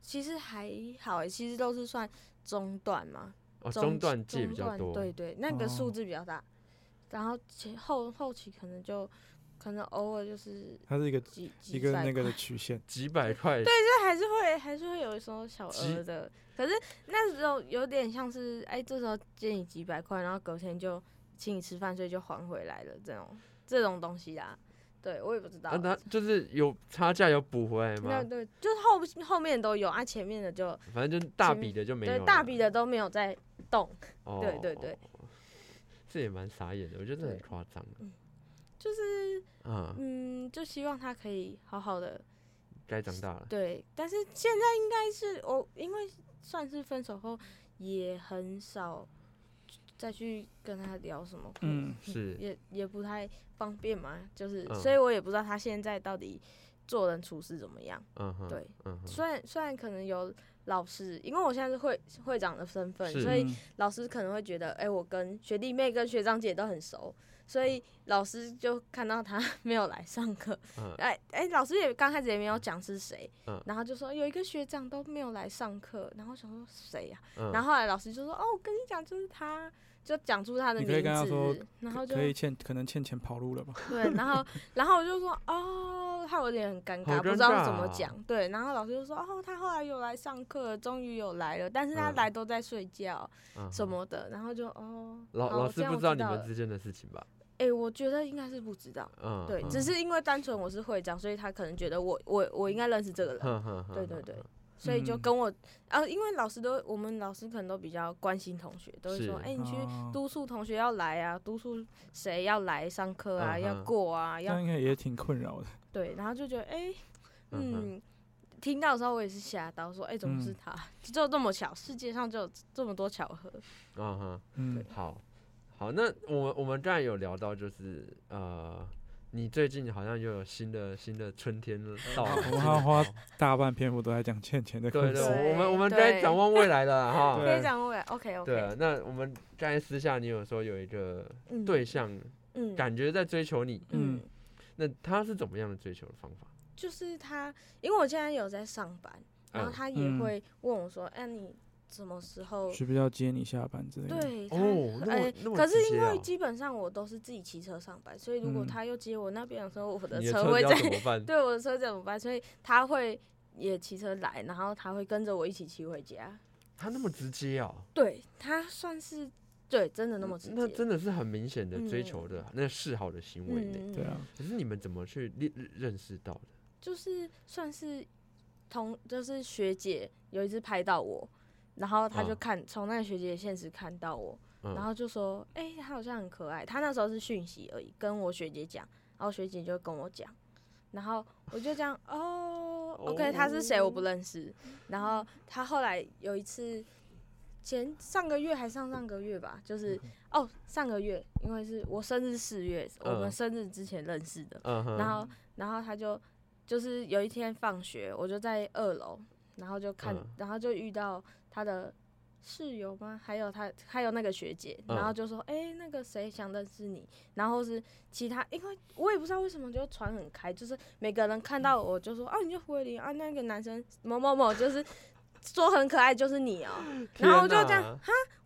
Speaker 6: 其实还好欸，其实都是算中段嘛，
Speaker 5: 哦，中段借
Speaker 6: 中
Speaker 5: 比较
Speaker 6: 段
Speaker 5: 多，
Speaker 6: 对对，那个数
Speaker 4: 哦
Speaker 6: 字比较大。然后前后后期可能就可能偶尔就是
Speaker 4: 它是一个
Speaker 6: 几几
Speaker 4: 一个
Speaker 6: 百
Speaker 4: 那个
Speaker 6: 块
Speaker 4: 的曲线，
Speaker 5: 几百块，
Speaker 6: 但还是会还是会有一种小
Speaker 5: 几
Speaker 6: 额的，可是那时候有点像是哎，这时候借你几百块，然后隔天就请你吃饭，所以就还回来了这种这种东西啦。对我也不知道，
Speaker 5: 啊那他就是有差价有补回来
Speaker 6: 那
Speaker 5: 吗？
Speaker 6: 对就是后后面都有啊，前面的就
Speaker 5: 反正就大
Speaker 6: 前
Speaker 5: 笔的就没有
Speaker 6: 对
Speaker 5: 了，
Speaker 6: 大笔的都没有在动，
Speaker 5: 哦，
Speaker 6: 对对对，
Speaker 5: 这也蛮傻眼的，我觉得这很
Speaker 6: 对
Speaker 5: 夸张的
Speaker 6: 就是
Speaker 5: 啊，
Speaker 6: 嗯，就希望他可以好好的
Speaker 5: 该长大了，
Speaker 6: 对，但是现在应该是我，因为算是分手后也很少再去跟他聊什么，
Speaker 4: 嗯，
Speaker 5: 是
Speaker 6: 也也不太方便嘛，就是，
Speaker 5: 嗯
Speaker 6: 所以我也不知道他现在到底做人处事怎么样。
Speaker 5: 嗯哼，
Speaker 6: 对，
Speaker 5: 嗯哼，
Speaker 6: 虽然虽然可能有老师，因为我现在是会会长的身份，
Speaker 5: (laughs) 是
Speaker 6: 所以
Speaker 4: 嗯
Speaker 6: 老师可能会觉得，哎、我跟学弟妹跟学长姐都很熟，
Speaker 5: 嗯
Speaker 6: 所以老师就看到他 (laughs) 没有来上课，
Speaker 5: 嗯
Speaker 6: 哎哎、老师也刚开始也没有讲是谁，
Speaker 5: 嗯
Speaker 6: 然后就说有一个学长都没有来上课，然后想说谁呀、
Speaker 5: 嗯
Speaker 6: 然后后来老师就说，哦，我跟你讲就是他，就讲出他的
Speaker 4: 你
Speaker 6: 名
Speaker 4: 可以跟他说
Speaker 6: 字，然后就
Speaker 4: 可以欠可能欠钱跑路了吧？
Speaker 6: 对，然后然后我就说哦，害我有点很尴
Speaker 5: 好
Speaker 6: 尬，不
Speaker 5: 尴
Speaker 6: 知道
Speaker 5: 尬
Speaker 6: 怎么
Speaker 5: 啊
Speaker 6: 讲。对，然后老师就说哦，他后来有来上课，终于有来了，但是他
Speaker 5: 嗯
Speaker 6: 来都在睡觉
Speaker 5: 嗯
Speaker 6: 什
Speaker 5: 哼
Speaker 6: 么的，然后就哦，
Speaker 5: 老
Speaker 6: 好
Speaker 5: 老
Speaker 6: 这
Speaker 5: 师
Speaker 6: 样
Speaker 5: 不
Speaker 6: 我
Speaker 5: 知道你
Speaker 6: 了
Speaker 5: 们之间的事情吧？
Speaker 6: 诶，我觉得应该是不知道，
Speaker 5: 嗯，
Speaker 6: 对，
Speaker 5: 嗯
Speaker 6: 只是因为单纯我是会长，所以他可能觉得我我我应该认识这个人，
Speaker 5: 哼哼哼
Speaker 6: 对
Speaker 5: 哼
Speaker 6: 对对
Speaker 5: 哼
Speaker 6: 所以就
Speaker 4: 嗯
Speaker 6: 跟我啊，因为老师都我们老师可能都比较关心同学，都会说
Speaker 5: 是
Speaker 6: 哎，你去
Speaker 4: 哦
Speaker 6: 督促同学要来啊，督促谁要来上课啊，
Speaker 5: 嗯
Speaker 6: 要
Speaker 5: 哼
Speaker 6: 过啊，
Speaker 4: 这
Speaker 6: 要
Speaker 4: 样应该也挺困扰的。
Speaker 6: 对，然后就觉得哎、
Speaker 5: 嗯哼
Speaker 6: 嗯，听到的时候我也是吓到，说哎、怎么是
Speaker 4: 嗯
Speaker 6: 他？ (laughs) 就这么巧，世界上就有这么多巧合。
Speaker 5: 嗯哼。
Speaker 4: 嗯，
Speaker 5: 好，好，那我们我们刚才有聊到，就是呃，你最近好像又有新的新的春天了到了，
Speaker 4: 我们还要花大半篇幅都在讲欠钱的故
Speaker 5: (laughs) 对对，
Speaker 4: 事。
Speaker 5: 我们我们
Speaker 6: 对
Speaker 5: 在展望未来了啦 (laughs) 哈。
Speaker 4: 对
Speaker 6: 可以讲未来，OK
Speaker 5: 对
Speaker 6: OK，
Speaker 5: 啊，那我们刚才私下你有说有一个
Speaker 6: 嗯，
Speaker 5: 对象
Speaker 6: 嗯，
Speaker 5: 感觉在追求你，
Speaker 6: 嗯
Speaker 4: 嗯，
Speaker 5: 那他是怎么样的追求的方法？
Speaker 6: 就是他，因为我现在有在上班，然后
Speaker 5: 嗯，
Speaker 6: 他也
Speaker 4: 嗯
Speaker 6: 会问我说，哎、你什么时候？
Speaker 4: 需不需要接你下班之类的？
Speaker 6: 对，他
Speaker 5: 哦，那
Speaker 6: 哎
Speaker 5: 么那么
Speaker 6: 可是
Speaker 5: 直接
Speaker 6: 因为
Speaker 5: 啊
Speaker 6: 基本上我都是自己骑车上班，所以如果
Speaker 4: 嗯
Speaker 6: 他又接我那边的时候，我的
Speaker 5: 你的
Speaker 6: 车
Speaker 5: 车
Speaker 6: 会
Speaker 5: 子要
Speaker 6: 在
Speaker 5: 怎么
Speaker 6: (laughs)
Speaker 5: 办？
Speaker 6: 对我的车怎么办？所以他会也骑车来，然后他会跟着我一起骑回家。
Speaker 5: 他那么直接哦，
Speaker 6: 对他算是对真的那么直接，
Speaker 5: 嗯那真的是很明显的追
Speaker 6: 嗯
Speaker 5: 求的那示好的行为呢。
Speaker 6: 嗯，
Speaker 4: 对啊，
Speaker 5: 可是你们怎么去认认识到的？
Speaker 6: 就是算是同就是学姐有一次拍到我，然后他就
Speaker 5: 嗯
Speaker 6: 看从、那个学姐的现实看到我，
Speaker 5: 嗯
Speaker 6: 然后就说哎、她好像很可爱，她那时候是讯息而已，跟我学姐讲，然后学姐就跟我讲。然后我就这样哦，OK，他是谁我
Speaker 5: 哦
Speaker 6: 不认识。然后他后来有一次，前上个月还上上个月吧，就是
Speaker 5: 嗯
Speaker 6: 哦上个月，因为是我生日四月，我们
Speaker 5: 嗯
Speaker 6: 生日之前认识的。
Speaker 5: 嗯哼，
Speaker 6: 然后然后他就就是有一天放学，我就在二楼，然后就看，
Speaker 5: 嗯
Speaker 6: 然后就遇到他的室友吗？还有他还有那个学姐，然后
Speaker 5: 嗯
Speaker 6: 就说，哎、那个谁想认识你，然后是其他，因为我也不知道为什么就传很开，就是每个人看到我就说，啊，你就胡伟林啊，那个男生某某某就是。说很可爱就是你
Speaker 5: (laughs)
Speaker 6: 哦、然后我就这样
Speaker 5: 天哪，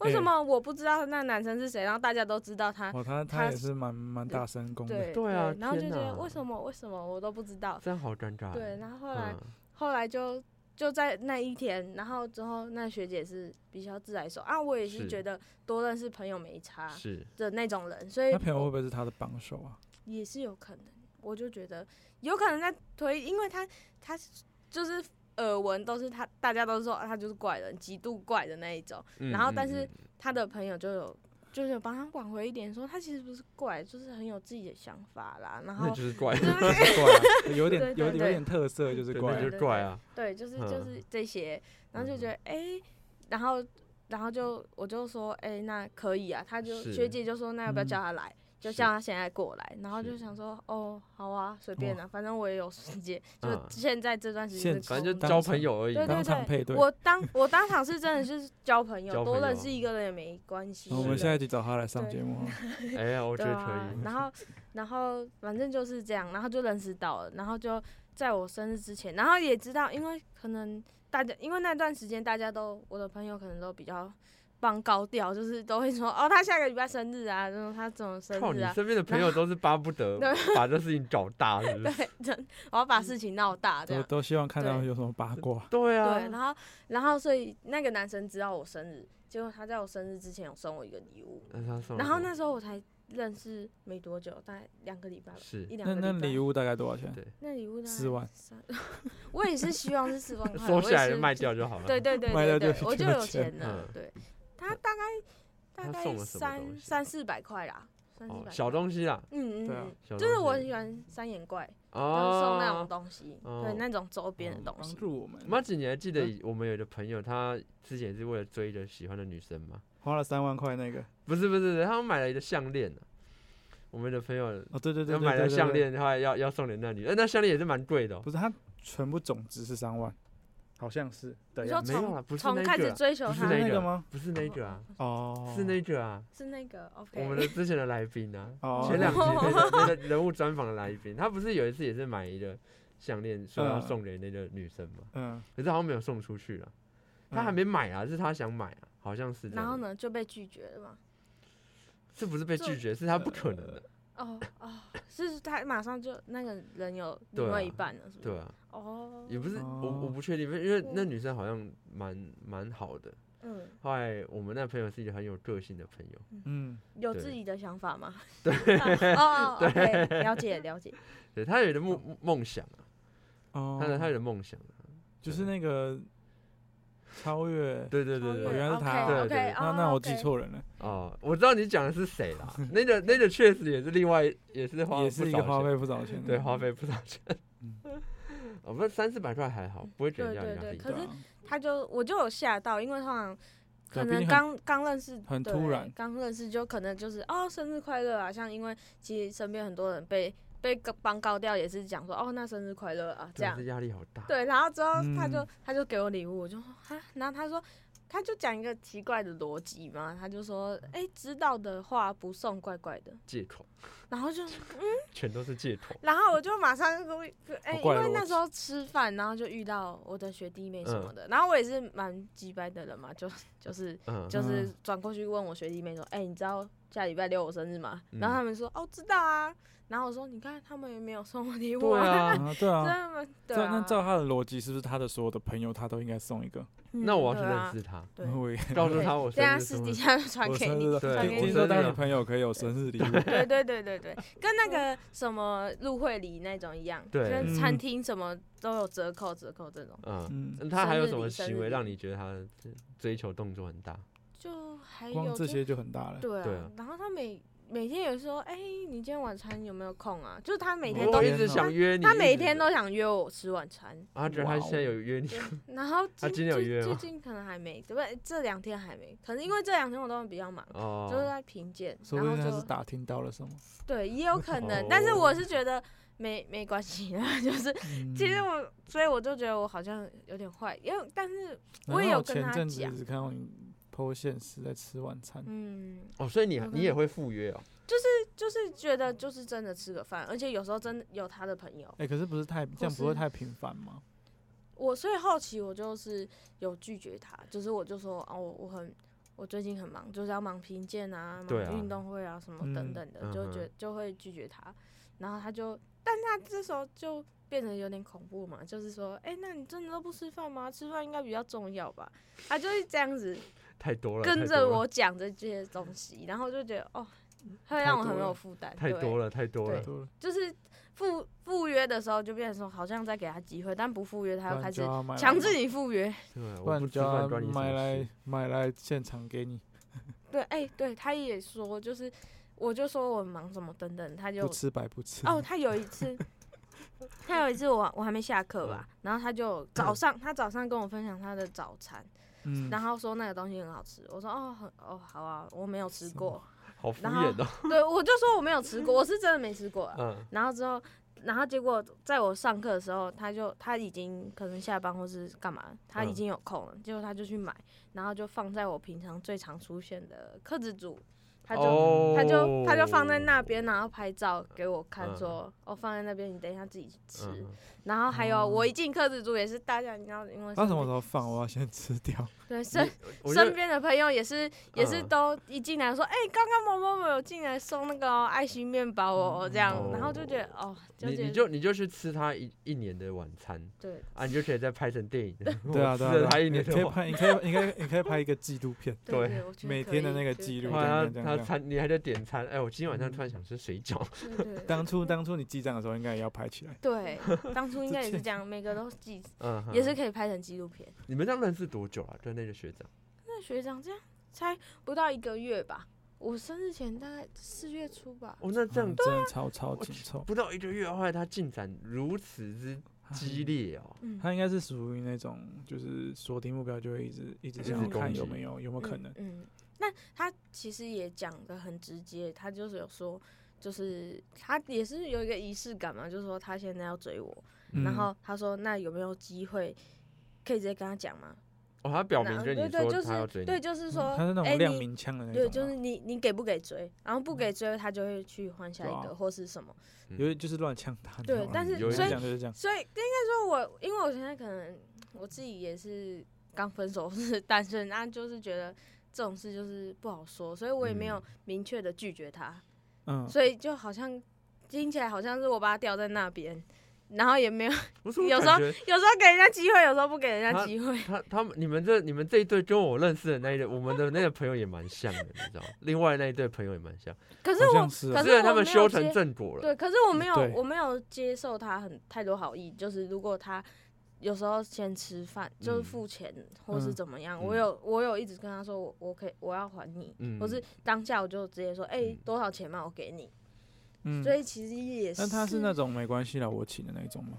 Speaker 6: 为什
Speaker 4: 哎
Speaker 6: 么我不知道那男生是谁？然后大家都知道他，
Speaker 4: 哦，他
Speaker 6: 嗯啊他
Speaker 4: 他也是蛮蛮大声公的。
Speaker 6: 对
Speaker 5: 对啊
Speaker 6: 然后就
Speaker 5: 天
Speaker 6: 觉得
Speaker 5: 哪
Speaker 6: 为什么为什么我都不知道，
Speaker 5: 这样好尴尬欸。
Speaker 6: 对，然后后来、
Speaker 5: 嗯
Speaker 6: 后来就就在那一天，然后之后那学姐是比较自来熟啊，我也是
Speaker 5: 是
Speaker 6: 觉得多认识朋友没差
Speaker 5: 是
Speaker 6: 的那种人，所以
Speaker 4: 那朋友会不会是他的帮手啊？ (laughs)
Speaker 6: 也是有可能，我就觉得有可能在推，因为他他就是耳闻都是他，大家都说啊他就是怪人，极度怪的那一种，
Speaker 5: 嗯
Speaker 6: 然后
Speaker 5: 嗯
Speaker 6: 但是
Speaker 5: 嗯
Speaker 6: 他的朋友就有。就是有帮他挽回一点，说他其实不是怪，就是很有自己的想法啦。然
Speaker 5: 那
Speaker 6: 后
Speaker 5: 就是
Speaker 6: (laughs)
Speaker 5: 怪，
Speaker 4: 怪啊，有
Speaker 6: 对
Speaker 4: 点
Speaker 6: 对
Speaker 4: 有有
Speaker 6: 对
Speaker 4: 点特色，就是
Speaker 5: 对
Speaker 4: 怪
Speaker 5: 那
Speaker 4: 啊
Speaker 5: 就。是怪啊。
Speaker 6: 对，就是
Speaker 5: 嗯
Speaker 6: 就是这些，然后就
Speaker 5: 嗯
Speaker 6: 觉得哎、诶然后然后就我就说，哎、那可以啊。他就是学姐就说，那要不要
Speaker 4: 嗯
Speaker 6: 叫他来？就是叫他现在过来。然后
Speaker 5: 是
Speaker 6: 就想说，哦，好啊，随便啊，反正我也有时间，就是
Speaker 5: 嗯
Speaker 6: 现在这段时
Speaker 4: 现
Speaker 6: 间是空的，
Speaker 5: 反正就
Speaker 4: 当
Speaker 5: 交
Speaker 4: 场
Speaker 5: 朋友而已
Speaker 6: 对
Speaker 5: 嘛。
Speaker 4: 当
Speaker 6: 对
Speaker 4: 场
Speaker 6: 对，
Speaker 4: 配对。
Speaker 6: 我当我当场是真的就是交朋
Speaker 5: 交
Speaker 6: 友，
Speaker 5: 朋友
Speaker 6: 多认识一个人也没关系
Speaker 4: 然。后我们
Speaker 5: 是
Speaker 4: 下一集找他来上
Speaker 6: 对
Speaker 4: 节目啊，
Speaker 5: 哎呀，我觉
Speaker 6: 对
Speaker 5: 得
Speaker 6: 啊
Speaker 5: 可
Speaker 6: (laughs)
Speaker 5: 以。(laughs)
Speaker 6: 然后，然后反正就是这样，然后就认识到了，然后就在我生日之前，然后也知道，因为可能大家，因为那段时间大家都，我的朋友可能都比较放高调，就是都会说，哦，他下个礼拜生日啊，然后他怎么生
Speaker 5: 靠，
Speaker 6: 日
Speaker 5: 你
Speaker 6: 啊，
Speaker 5: 身边的朋友都是巴
Speaker 6: (laughs)
Speaker 5: 不得把这事情搞大，是不是？
Speaker 6: 对，真我要把事情闹大这
Speaker 4: 都
Speaker 6: 样。
Speaker 4: 都希望看到
Speaker 6: 对啊
Speaker 4: 有什么八卦。
Speaker 5: 对啊，
Speaker 6: 对，然后，然后，所以那个男生知道我生日，结果他在我生日之前有送我一个礼物，
Speaker 5: 那他送了
Speaker 6: 然后
Speaker 5: 什么
Speaker 6: 那时候我才认识没多久，大概两个礼拜吧，
Speaker 5: 是
Speaker 6: 一两
Speaker 4: 那
Speaker 6: 个
Speaker 4: 那
Speaker 6: 礼拜。
Speaker 4: 礼物大概多少钱？
Speaker 5: 对
Speaker 6: 那礼物大概
Speaker 4: 四万
Speaker 6: 三，我也是希望是四万块，
Speaker 5: 收
Speaker 6: 我也
Speaker 5: 下来就是卖。掉就好了。
Speaker 6: 对对对
Speaker 4: 卖掉
Speaker 6: 对
Speaker 4: 就
Speaker 6: 对，
Speaker 4: 有
Speaker 6: 我就
Speaker 4: 钱
Speaker 6: 有钱了
Speaker 5: 嗯。
Speaker 6: 对，他大概大
Speaker 5: 他
Speaker 6: 概
Speaker 5: 送了什么东
Speaker 6: 三
Speaker 5: 西
Speaker 6: 三四百块啦，三四
Speaker 5: 哦，
Speaker 6: 百。
Speaker 5: 小东西啦，
Speaker 6: 嗯嗯
Speaker 4: 对啊
Speaker 6: 嗯，
Speaker 5: 小
Speaker 6: 就是
Speaker 5: 东
Speaker 6: 我
Speaker 5: 西
Speaker 6: 很喜欢三眼怪，就是送那种
Speaker 5: 哦。
Speaker 6: 东西，
Speaker 5: 哦
Speaker 6: 对那种周边的
Speaker 5: 嗯
Speaker 6: 东
Speaker 4: 帮
Speaker 6: 西。
Speaker 4: 助我们
Speaker 5: 马子，你还记
Speaker 6: 嗯
Speaker 5: 得我们有一个朋友，他之前也是为了追一个喜欢的女生吗？
Speaker 4: 花了三万块那个。
Speaker 5: 不是不是，不是他们买了一个项链呢。我们的朋友
Speaker 4: 哦，对对对
Speaker 5: 他
Speaker 4: 对
Speaker 5: 买
Speaker 4: 对
Speaker 5: 了
Speaker 4: 对
Speaker 5: 项
Speaker 4: 对
Speaker 5: 链，后来要要送给那女，呃，那项链也是蛮贵的哦。
Speaker 4: 不是，它全部总值是三万，好像是的
Speaker 6: 你
Speaker 4: 样
Speaker 6: 说
Speaker 4: 子。
Speaker 5: 没有啦
Speaker 6: 从
Speaker 5: 不是那
Speaker 6: 从
Speaker 5: 一
Speaker 6: 开
Speaker 5: 个
Speaker 6: 始
Speaker 5: 啦
Speaker 6: 追求
Speaker 5: 不是
Speaker 6: 他
Speaker 5: 那
Speaker 4: 那
Speaker 5: 个
Speaker 4: 个吗？
Speaker 5: 不是那个啊，
Speaker 4: 哦，
Speaker 5: 是那个啊，
Speaker 6: (laughs) 是那个 OK。
Speaker 5: 我们的之前的来宾啊，
Speaker 4: 哦
Speaker 5: 前两集那个那个人物专访的来宾，他不是有一次也是买一个项链，说要
Speaker 4: 嗯
Speaker 5: 送给那个女生嘛，
Speaker 4: 嗯，
Speaker 5: 可是好像没有送出去了，他还
Speaker 4: 嗯
Speaker 5: 没买啊，是他想买啊，好像是
Speaker 6: (laughs)
Speaker 5: 这
Speaker 6: 然后
Speaker 5: 样。
Speaker 6: 呢就被拒绝了嘛？
Speaker 5: 这不是被
Speaker 6: 就
Speaker 5: 拒绝，是他不可能的，
Speaker 6: 哦哦，是他马上就那个人有
Speaker 5: 对
Speaker 6: 另外
Speaker 5: 啊
Speaker 6: 一半了，是不
Speaker 5: 对
Speaker 6: 是？
Speaker 5: 啊，
Speaker 6: 哦，
Speaker 5: 也不是我我
Speaker 4: 哦
Speaker 5: 不确定，因为那
Speaker 6: 嗯
Speaker 5: 女生好像蛮蛮好的。
Speaker 6: 嗯，
Speaker 5: 后来我们那朋友是一个很有个性的朋友，
Speaker 4: 嗯，
Speaker 6: 有
Speaker 5: 对
Speaker 6: 自己的想法吗？ (laughs) 对， (laughs) 哦哦，OK，了解了解。
Speaker 5: 对他有一个梦梦想啊，
Speaker 4: 哦，
Speaker 5: 他的他有一个梦想啊，
Speaker 4: 就是那个超越，
Speaker 5: 对对对
Speaker 6: 哦
Speaker 5: 对
Speaker 4: 哦
Speaker 5: 对
Speaker 4: 原来是他
Speaker 5: 对
Speaker 6: OK，
Speaker 5: 对
Speaker 6: OK，
Speaker 4: 那
Speaker 6: 哦
Speaker 4: 那我
Speaker 6: OK
Speaker 4: 记错人了，
Speaker 5: 哦，我知道你讲的是谁啦，那个那个确实也是另外也是花了
Speaker 4: 也
Speaker 5: 不
Speaker 4: 是一个
Speaker 5: 少
Speaker 4: 花
Speaker 5: 钱
Speaker 4: 费不少钱的，
Speaker 5: 对，花费不少钱。 (laughs) 哦，不是三四百块还好，不会给人
Speaker 6: 对
Speaker 5: 家
Speaker 6: 对
Speaker 5: 压
Speaker 6: 对
Speaker 5: 力
Speaker 6: 可
Speaker 5: 大。
Speaker 4: 对啊，
Speaker 6: 他就我就有吓到，因为通常可
Speaker 4: 对啊毕
Speaker 6: 能
Speaker 4: 竟很
Speaker 6: 刚刚认识，
Speaker 4: 很
Speaker 6: 对
Speaker 4: 突然
Speaker 6: 刚认识就可能就是哦生日快乐啊，像因为其实身边很多人被被帮高调也是讲说哦那生日快乐啊这
Speaker 5: 真的
Speaker 6: 样
Speaker 5: 是，压力好大。
Speaker 6: 对，然后之后他就、
Speaker 4: 嗯
Speaker 6: 他就给我礼物，我就说啊，然后他说他就讲一个奇怪的逻辑嘛，他就说哎、知道的话不送怪怪的，
Speaker 5: 借口，
Speaker 6: 然后就 (laughs)
Speaker 5: 全都是借口。
Speaker 6: 然后我就马上跟我哎、
Speaker 4: 好
Speaker 6: 因
Speaker 4: 怪的
Speaker 6: 为
Speaker 4: 逻
Speaker 6: 那
Speaker 4: 辑
Speaker 6: 时候吃饭，然后就遇到我的学弟妹什么的，然后我也是蛮鸡掰的人嘛，就就是
Speaker 5: 嗯，
Speaker 6: 就是转过去问我学弟妹说，哎、你知道下礼拜六我生日吗？然后
Speaker 5: 嗯
Speaker 6: 他们说哦知道啊，然后我说你看他们也没有送我礼物
Speaker 5: 对，啊。
Speaker 4: 啊，对
Speaker 6: 真
Speaker 4: 啊。
Speaker 6: 的吗？对
Speaker 4: 照
Speaker 6: 啊，
Speaker 4: 那照他的逻辑，是不是他的所有的朋友他都应该送一个？
Speaker 6: 嗯
Speaker 5: 那我要
Speaker 6: 对
Speaker 5: 去
Speaker 6: 啊
Speaker 5: 认识他， (laughs)
Speaker 6: 对
Speaker 4: 我也
Speaker 5: 告诉
Speaker 6: 对
Speaker 5: 他我
Speaker 6: 这样
Speaker 5: 生日
Speaker 6: 私
Speaker 5: 什么
Speaker 6: 底。下就传
Speaker 4: 我
Speaker 6: 给
Speaker 4: 生
Speaker 6: 你。
Speaker 4: 日，
Speaker 5: 对
Speaker 6: 传
Speaker 4: 听
Speaker 6: 给
Speaker 4: 听
Speaker 6: 你
Speaker 4: 说当
Speaker 5: 生
Speaker 4: 你
Speaker 5: 日
Speaker 4: 朋友可以有生日礼物，
Speaker 6: (laughs) 对对对对对，跟那个什么入会礼那种一样，
Speaker 5: 对
Speaker 6: 跟餐
Speaker 4: 嗯
Speaker 6: 厅什么都有折扣折扣这种，
Speaker 5: 嗯，
Speaker 4: (laughs) 嗯，
Speaker 5: 那他还有什
Speaker 6: 生日
Speaker 5: 么
Speaker 6: 礼生
Speaker 5: 行
Speaker 6: 日
Speaker 5: 为
Speaker 6: 礼
Speaker 5: 让你觉得他追求动作很大？
Speaker 6: 就还
Speaker 4: 光
Speaker 6: 有
Speaker 4: 这
Speaker 6: 就
Speaker 4: 些就很大了。
Speaker 6: 对
Speaker 5: 对
Speaker 6: 啊
Speaker 5: 啊，
Speaker 6: 然后他每每天也说，哎、你今天晚餐有没有空啊？就是他每天都
Speaker 5: 我
Speaker 4: 哦
Speaker 5: 一直想约你，
Speaker 6: 他
Speaker 5: 一
Speaker 6: 每
Speaker 5: 直
Speaker 6: 天都想约我吃晚
Speaker 5: (laughs)
Speaker 6: 餐，
Speaker 5: 啊，觉得他现在有约你，
Speaker 6: 然后
Speaker 5: 他
Speaker 6: 最
Speaker 5: 今天有
Speaker 6: 最
Speaker 5: 约
Speaker 6: 最
Speaker 5: 吗
Speaker 6: 近可能还没，对不对？这两天还没，可能因为这两天我都比较忙，
Speaker 5: 哦，
Speaker 6: 就是在评鉴，
Speaker 4: 说
Speaker 6: 然
Speaker 4: 不
Speaker 6: 后
Speaker 4: 定他
Speaker 6: 就是
Speaker 4: 打听到了什么。
Speaker 6: 对也有可
Speaker 5: 哦
Speaker 6: 能，但是我是觉得没没关系啊， (laughs) 就是其实
Speaker 4: 嗯
Speaker 6: 我，所以我就觉得我好像有点坏，因为但是，
Speaker 4: 然
Speaker 6: 我也
Speaker 4: 后
Speaker 6: 有跟
Speaker 4: 前
Speaker 6: 他
Speaker 4: 阵子
Speaker 6: 讲
Speaker 4: 只看到你 PO 现实在吃晚餐，
Speaker 6: 嗯，
Speaker 5: 哦，所以你
Speaker 6: 我跟
Speaker 5: 你也会赴约哦，
Speaker 6: 就是觉得就是真的吃个饭，而且有时候真的有他的朋友，
Speaker 4: 哎，可是不是太这样
Speaker 6: 或
Speaker 4: 不会
Speaker 6: 是
Speaker 4: 太频繁吗？
Speaker 6: 我所以后期我就是有拒绝他，就是我就说啊，我我很我最近很忙，就是要忙评鉴啊，
Speaker 5: 对啊
Speaker 6: 忙运动会啊什么
Speaker 4: 嗯
Speaker 6: 等等的，
Speaker 5: 嗯
Speaker 6: 就
Speaker 5: 哼
Speaker 6: 觉就会拒绝他，然后他就，但他这时候就变得有点恐怖嘛，就是说，哎、那你真的都不吃饭吗？吃饭应该比较重要吧？他就是这样子。
Speaker 5: 太多了，
Speaker 6: 跟
Speaker 5: 太
Speaker 6: 着
Speaker 5: 多了
Speaker 6: 我讲这些东西，然后就觉得哦，会让我很有负担。
Speaker 5: 太多
Speaker 6: 了，
Speaker 5: 了，太多
Speaker 6: 对
Speaker 5: 了
Speaker 4: 太，多了，
Speaker 6: 就是赴赴约的时候就变成说，好像在给他机会，但不赴约他又
Speaker 4: 不然
Speaker 6: 开
Speaker 4: 就
Speaker 6: 始
Speaker 4: 要买来
Speaker 6: 强制你赴约。
Speaker 5: 对，
Speaker 4: 不
Speaker 5: 我
Speaker 4: 然
Speaker 5: 不吃
Speaker 4: 就要
Speaker 5: 饭关你什
Speaker 4: 买
Speaker 5: 么事
Speaker 4: 来？买来现场给你，
Speaker 6: 对，哎、对，他也说，就是我就说我忙什么等等，他就哦
Speaker 4: 不吃白不吃。
Speaker 6: 哦，他有一次，还有一次我我还没下课吧，然后他就早上他早上跟我分享他的早餐，
Speaker 4: 嗯，
Speaker 6: 然后说那个东西很好吃，我说哦很哦好啊，我没有吃过，
Speaker 5: 好敷
Speaker 6: 然后
Speaker 5: 衍哦。
Speaker 6: 对我就说我没有吃过，我是真的没吃过
Speaker 5: (laughs)
Speaker 6: 啊。
Speaker 5: 嗯，
Speaker 6: 然后之后，然后结果在我上课的时候，他就他已经可能下班或是干嘛，他已
Speaker 5: 嗯
Speaker 6: 经有空了，结果他就去买，然后就放在我平常最常出现的课子组，他就、
Speaker 5: 哦
Speaker 6: 他就他就放在那边，然后拍照给我看
Speaker 5: 嗯
Speaker 6: 说，哦放在那边，你等一下自己去吃。
Speaker 5: 嗯
Speaker 6: 然后还有、我一进课子组也是大家你知道因为
Speaker 4: 他
Speaker 6: 身
Speaker 4: 啊什
Speaker 6: 边
Speaker 4: 么时候放？我要先吃 (laughs) 掉。
Speaker 6: 对身
Speaker 5: 我觉
Speaker 6: 身
Speaker 5: 得
Speaker 6: 边的朋友也是也是
Speaker 5: 嗯
Speaker 6: 都一进来说，哎、刚刚某某某有进来送那个哦、爱心面包哦，这样，然后就觉得哦，就
Speaker 5: 嗯你
Speaker 6: 觉
Speaker 5: 你
Speaker 6: 得
Speaker 5: 就你就去吃他一一年的晚餐
Speaker 6: 对，
Speaker 5: 啊，你就可以再拍成电影。
Speaker 4: (laughs) 对啊，对啊
Speaker 5: 我吃
Speaker 4: 对
Speaker 5: 了
Speaker 4: 啊，
Speaker 5: 他一年
Speaker 4: 你可
Speaker 5: 的
Speaker 4: 以
Speaker 5: 晚
Speaker 4: 拍，你可以，你可以，你可以拍一个纪录片。
Speaker 5: 对
Speaker 6: 对，我觉得
Speaker 4: 每
Speaker 6: 可
Speaker 4: 天的
Speaker 6: 以
Speaker 4: 那个
Speaker 6: 觉
Speaker 4: 记
Speaker 6: 得
Speaker 4: 录
Speaker 6: 可
Speaker 5: 后
Speaker 6: 以
Speaker 4: 这样
Speaker 5: 来
Speaker 4: 这
Speaker 5: 他
Speaker 4: 样
Speaker 5: 他
Speaker 4: 这样
Speaker 5: 餐你还在点餐，哎，我今天
Speaker 4: 嗯
Speaker 5: 晚上突然想吃水饺，
Speaker 6: 对对
Speaker 4: 当初当初你记账的时候，应该也要拍起来。 (laughs)
Speaker 6: 对，当初应该也是
Speaker 4: 之前
Speaker 6: 这样，每个都记，
Speaker 5: 嗯，
Speaker 6: 也是可以拍成纪录片。
Speaker 5: 你们这样认识多久啊？对那个学长，
Speaker 6: 那学长这样才不到一个月吧，我生日前大概四月初吧，
Speaker 5: 哦，那这样
Speaker 4: 嗯真的超超
Speaker 5: 我
Speaker 4: 紧凑。
Speaker 5: 不到一个月，后来他进展如此之
Speaker 4: 哎
Speaker 5: 激烈哦，
Speaker 6: 嗯，
Speaker 4: 他应该是属于那种，就是锁定目标就会一直一直
Speaker 5: 一
Speaker 4: 想
Speaker 5: 直
Speaker 4: 要看
Speaker 5: 攻
Speaker 4: 有
Speaker 5: 击
Speaker 4: 没有有没有可能。
Speaker 6: 嗯。嗯那他其实也讲的很直接，他就是有说，就是他也是有一个仪式感嘛，就是说他现在要追我，嗯
Speaker 4: 嗯
Speaker 6: 然后他说那有没有机会可以直接跟他讲吗？
Speaker 5: 哦，他表明
Speaker 6: 那
Speaker 5: 跟
Speaker 6: 对
Speaker 5: 你
Speaker 6: 对，就
Speaker 5: 说他要
Speaker 6: 是
Speaker 5: 追
Speaker 6: 对，
Speaker 5: 你，
Speaker 6: 就是
Speaker 4: 嗯
Speaker 6: 说，
Speaker 4: 他是那
Speaker 6: 哎
Speaker 4: 种亮
Speaker 6: 你
Speaker 4: 明枪的那种啊。
Speaker 6: 对，
Speaker 4: 嗯
Speaker 6: 就是你你给不给追，然后不给追，他就会去换下一
Speaker 4: 对
Speaker 6: 个
Speaker 4: 啊
Speaker 6: 或是什么。
Speaker 4: 有点就是乱枪打。你
Speaker 6: 对
Speaker 4: 知道吗
Speaker 6: 但
Speaker 5: 是
Speaker 4: 有
Speaker 5: 所
Speaker 4: 人
Speaker 5: 以
Speaker 4: 讲就是这样。
Speaker 6: 所以应该说我，因为我现在可能我自己也是刚分手，是单身，那就是觉得这种事就是不好说，所以我也没有
Speaker 5: 嗯
Speaker 6: 明确的拒绝他，
Speaker 4: 嗯，
Speaker 6: 所以就好像听起来好像是我把他吊在那边。然后也没有， (laughs)
Speaker 5: 不是我
Speaker 6: 有时
Speaker 5: 感
Speaker 6: 候
Speaker 5: 觉
Speaker 6: 有时候给人家机会，有时候不给人家
Speaker 5: 他
Speaker 6: 机会。
Speaker 5: 他他们你们这你们这一对跟我认识的那一对，我们的那个朋友也蛮像的，你知道吗？另外那一对朋友也蛮像，
Speaker 6: 可是
Speaker 4: 好
Speaker 6: 我，
Speaker 4: 像是啊
Speaker 6: 可
Speaker 5: 虽
Speaker 6: 是
Speaker 5: 然他
Speaker 6: 我
Speaker 5: 们
Speaker 6: 没有
Speaker 5: 修成
Speaker 6: 接，
Speaker 5: 正果了，
Speaker 6: 对，可是我没有，
Speaker 4: 嗯对
Speaker 6: 我没有接受他很太多好意，就是如果他有时候先吃饭，就是
Speaker 5: 嗯
Speaker 6: 付钱或是
Speaker 4: 嗯
Speaker 6: 怎么样，
Speaker 5: 嗯
Speaker 6: 我有我有一直跟他说我我可以我要还你，
Speaker 5: 嗯
Speaker 6: 我是当下我就直接说哎、
Speaker 5: 嗯
Speaker 6: 多少钱嘛我给你，
Speaker 4: 嗯
Speaker 6: 所，以其实也是，
Speaker 4: 但他是那种没关系啦，我请的那种嘛。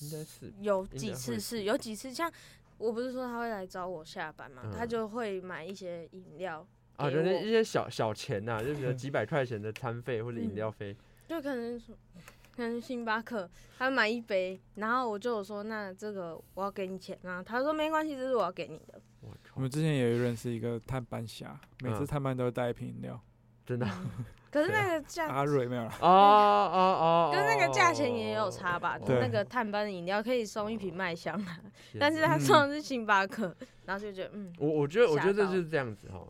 Speaker 5: 应该是
Speaker 6: 有
Speaker 5: 该
Speaker 6: 几次
Speaker 5: 会
Speaker 6: 是有几次像。我不是说他会来找我下班嘛，
Speaker 5: 嗯
Speaker 6: 他就会买一些饮料，
Speaker 5: 啊，
Speaker 6: 给
Speaker 5: 就
Speaker 6: 我
Speaker 5: 是一些小小钱呐、就比如几百块钱的餐费或者饮料
Speaker 6: 嗯
Speaker 5: 费，
Speaker 6: 就可能说可能星巴克，他买一杯，然后我就有说那这个我要给你钱啊，他说没关系，这是我要给你的，
Speaker 5: 我
Speaker 4: 我
Speaker 5: 靠
Speaker 4: 们，之前也有认识一个探班侠，每次
Speaker 5: 嗯
Speaker 4: 探班都会带一瓶饮料。
Speaker 5: 真的啊
Speaker 6: 可是那个价，
Speaker 4: 阿瑞没有啦，
Speaker 5: 哦哦哦，
Speaker 6: (laughs) 跟那个价钱
Speaker 5: 哦
Speaker 6: 也有差吧？
Speaker 4: 对
Speaker 6: 那个探班的饮料可以送一瓶麦香啊，
Speaker 5: 天
Speaker 6: 但是他
Speaker 4: 嗯
Speaker 6: 送的是星巴克，然后就觉得嗯，
Speaker 5: 我我觉得，我
Speaker 6: 吓
Speaker 5: 觉得
Speaker 6: 到
Speaker 5: 就是这样子哈。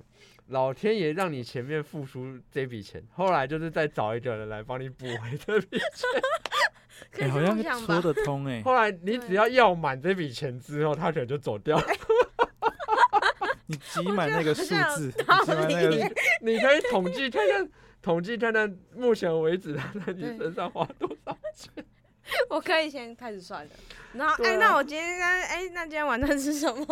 Speaker 5: 老天爷让你前面付出这笔钱，后来就是再找一个人来帮你补回这笔。
Speaker 6: 可
Speaker 4: 哎
Speaker 6: 以
Speaker 4: 好
Speaker 6: 这
Speaker 4: 像
Speaker 6: 么想吧？
Speaker 4: 说得通
Speaker 6: (laughs)
Speaker 4: 哎、
Speaker 5: 后来你只
Speaker 6: 对
Speaker 5: 要要满这笔钱之后，他可能就走掉。
Speaker 4: 你挤满那个数字，你挤
Speaker 6: 好像有
Speaker 4: 满
Speaker 6: 道
Speaker 4: 那
Speaker 6: 理
Speaker 4: 个，
Speaker 5: (laughs) 你可以统计看看， (laughs) 统计看看目前为止他在你
Speaker 6: 对
Speaker 5: 身上花
Speaker 6: (laughs)
Speaker 5: 多少。
Speaker 6: 我可以先开始算了，然后
Speaker 5: 对
Speaker 6: 哎，
Speaker 5: 啊
Speaker 6: 那我今天哎，那今天晚餐吃什么？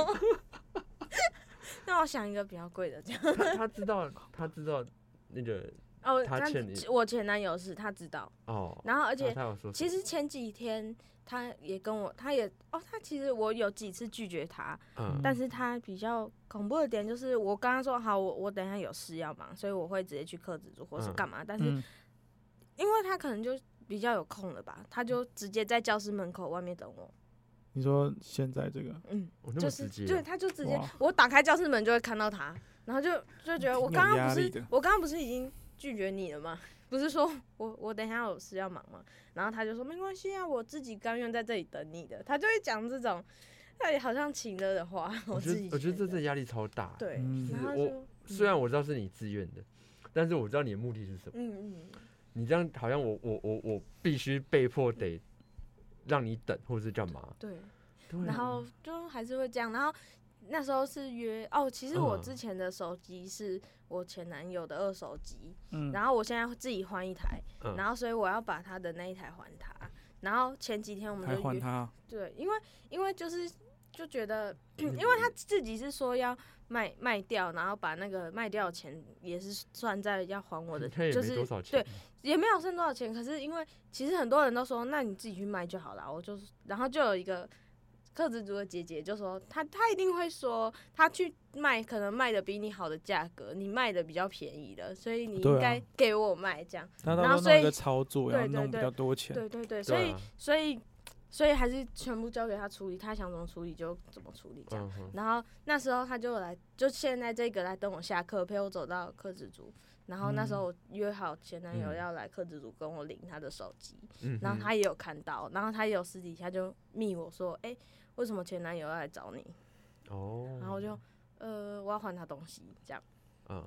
Speaker 6: (laughs) 那我想一个比较贵的，这样
Speaker 5: 他他知道，他知道那个
Speaker 6: 哦。
Speaker 5: 他欠你
Speaker 6: 我前男友是他知道，
Speaker 5: 哦，
Speaker 6: 然后而
Speaker 5: 而
Speaker 6: 且
Speaker 5: 他有说什么，
Speaker 6: 其实前几天他也跟我，他也哦，他其实我有几次拒绝他，
Speaker 5: 嗯
Speaker 6: 但是他比较恐怖的点就是，我刚刚说好，我我等一下有事要忙，所以我会直接去克制住或是
Speaker 5: 嗯
Speaker 6: 干嘛，但是
Speaker 4: 嗯，
Speaker 6: 因为他可能就比较有空了吧，他
Speaker 5: 嗯
Speaker 6: 就直接在教室门口外面等我，
Speaker 4: 你说现在这个，
Speaker 6: 嗯，
Speaker 5: 我那
Speaker 6: 就
Speaker 5: 么
Speaker 6: 是
Speaker 5: 直接
Speaker 6: 对，
Speaker 5: 啊，
Speaker 6: 他就直接
Speaker 4: 哇
Speaker 6: 我打开教室门就会看到他，然后就就觉得我
Speaker 4: 挺有
Speaker 6: 刚刚
Speaker 4: 压
Speaker 6: 不
Speaker 4: 力
Speaker 6: 是
Speaker 4: 的
Speaker 6: 我刚刚不是已经拒绝你了吗？ (laughs) 不是说我我等一下有事要忙吗？然后他就说没关系啊，我自己甘愿在这里等你的，他就会讲这种，哎，好像情勒的话， (laughs)
Speaker 5: 我觉
Speaker 6: 自
Speaker 5: 得
Speaker 6: 己
Speaker 5: 我觉得这
Speaker 6: 的
Speaker 5: 这压力超大。，
Speaker 6: 对，
Speaker 4: 嗯
Speaker 6: 然后
Speaker 5: 我
Speaker 6: 就
Speaker 5: 虽然我知道是你自愿的，但是我知道你的目的是什么。
Speaker 6: 嗯嗯。
Speaker 5: 你这样好像我我我我必须被迫得让你等，或是干嘛？
Speaker 6: 对，
Speaker 5: 对
Speaker 6: 然
Speaker 5: 啊
Speaker 6: 后就还是会这样。然后那时候是约哦，其实我之
Speaker 5: 嗯
Speaker 6: 前的手机是我前男友的二手机，
Speaker 4: 嗯，
Speaker 6: 然后我现在自己换一台，
Speaker 5: 嗯
Speaker 6: 然后所以我要把他的那一台还他。然后前几天我们
Speaker 4: 还
Speaker 6: 就
Speaker 4: 还
Speaker 6: 约
Speaker 4: 他，哦
Speaker 6: 对，因为因为就是。就觉得，因为他自己是说要卖卖掉，然后把那个卖掉的钱也是算在要还我的，
Speaker 5: (laughs) 他也
Speaker 6: 就
Speaker 5: 没
Speaker 6: 是
Speaker 5: 多少钱啊
Speaker 6: 对，也没有剩多少钱。可是因为其实很多人都说，那你自己去卖就好了。我就是，然后就有一个克制族的姐姐就说，她她一定会说，她去卖可能卖的比你好的价格，你卖的比较便宜的，所以你
Speaker 4: 对啊
Speaker 6: 应该给我卖这样。
Speaker 4: 他
Speaker 6: 然
Speaker 4: 到
Speaker 6: 后
Speaker 4: 时候
Speaker 6: 所
Speaker 4: 弄
Speaker 6: 以
Speaker 4: 一个操作，然后
Speaker 6: 对对
Speaker 4: 弄比
Speaker 6: 对
Speaker 4: 较多钱。
Speaker 6: 对对对，所
Speaker 5: 对
Speaker 6: 以、
Speaker 5: 啊，
Speaker 6: 所以所以还是全部交给他处理，他想怎么处理就怎么处理这样。
Speaker 5: 嗯哼，
Speaker 6: 然后那时候他就来，就现在这个来等我下课，陪我走到克制组。然后那时候我约好前男友
Speaker 5: 嗯
Speaker 6: 要来克制组跟我领他的手机，
Speaker 5: 嗯
Speaker 6: 然
Speaker 5: 哼
Speaker 6: 后他也有看到，然后他也有私底下就密我说，哎、为什么前男友要来找你？
Speaker 5: 哦，
Speaker 6: 然后我就呃我要还他东西这样，
Speaker 5: 嗯，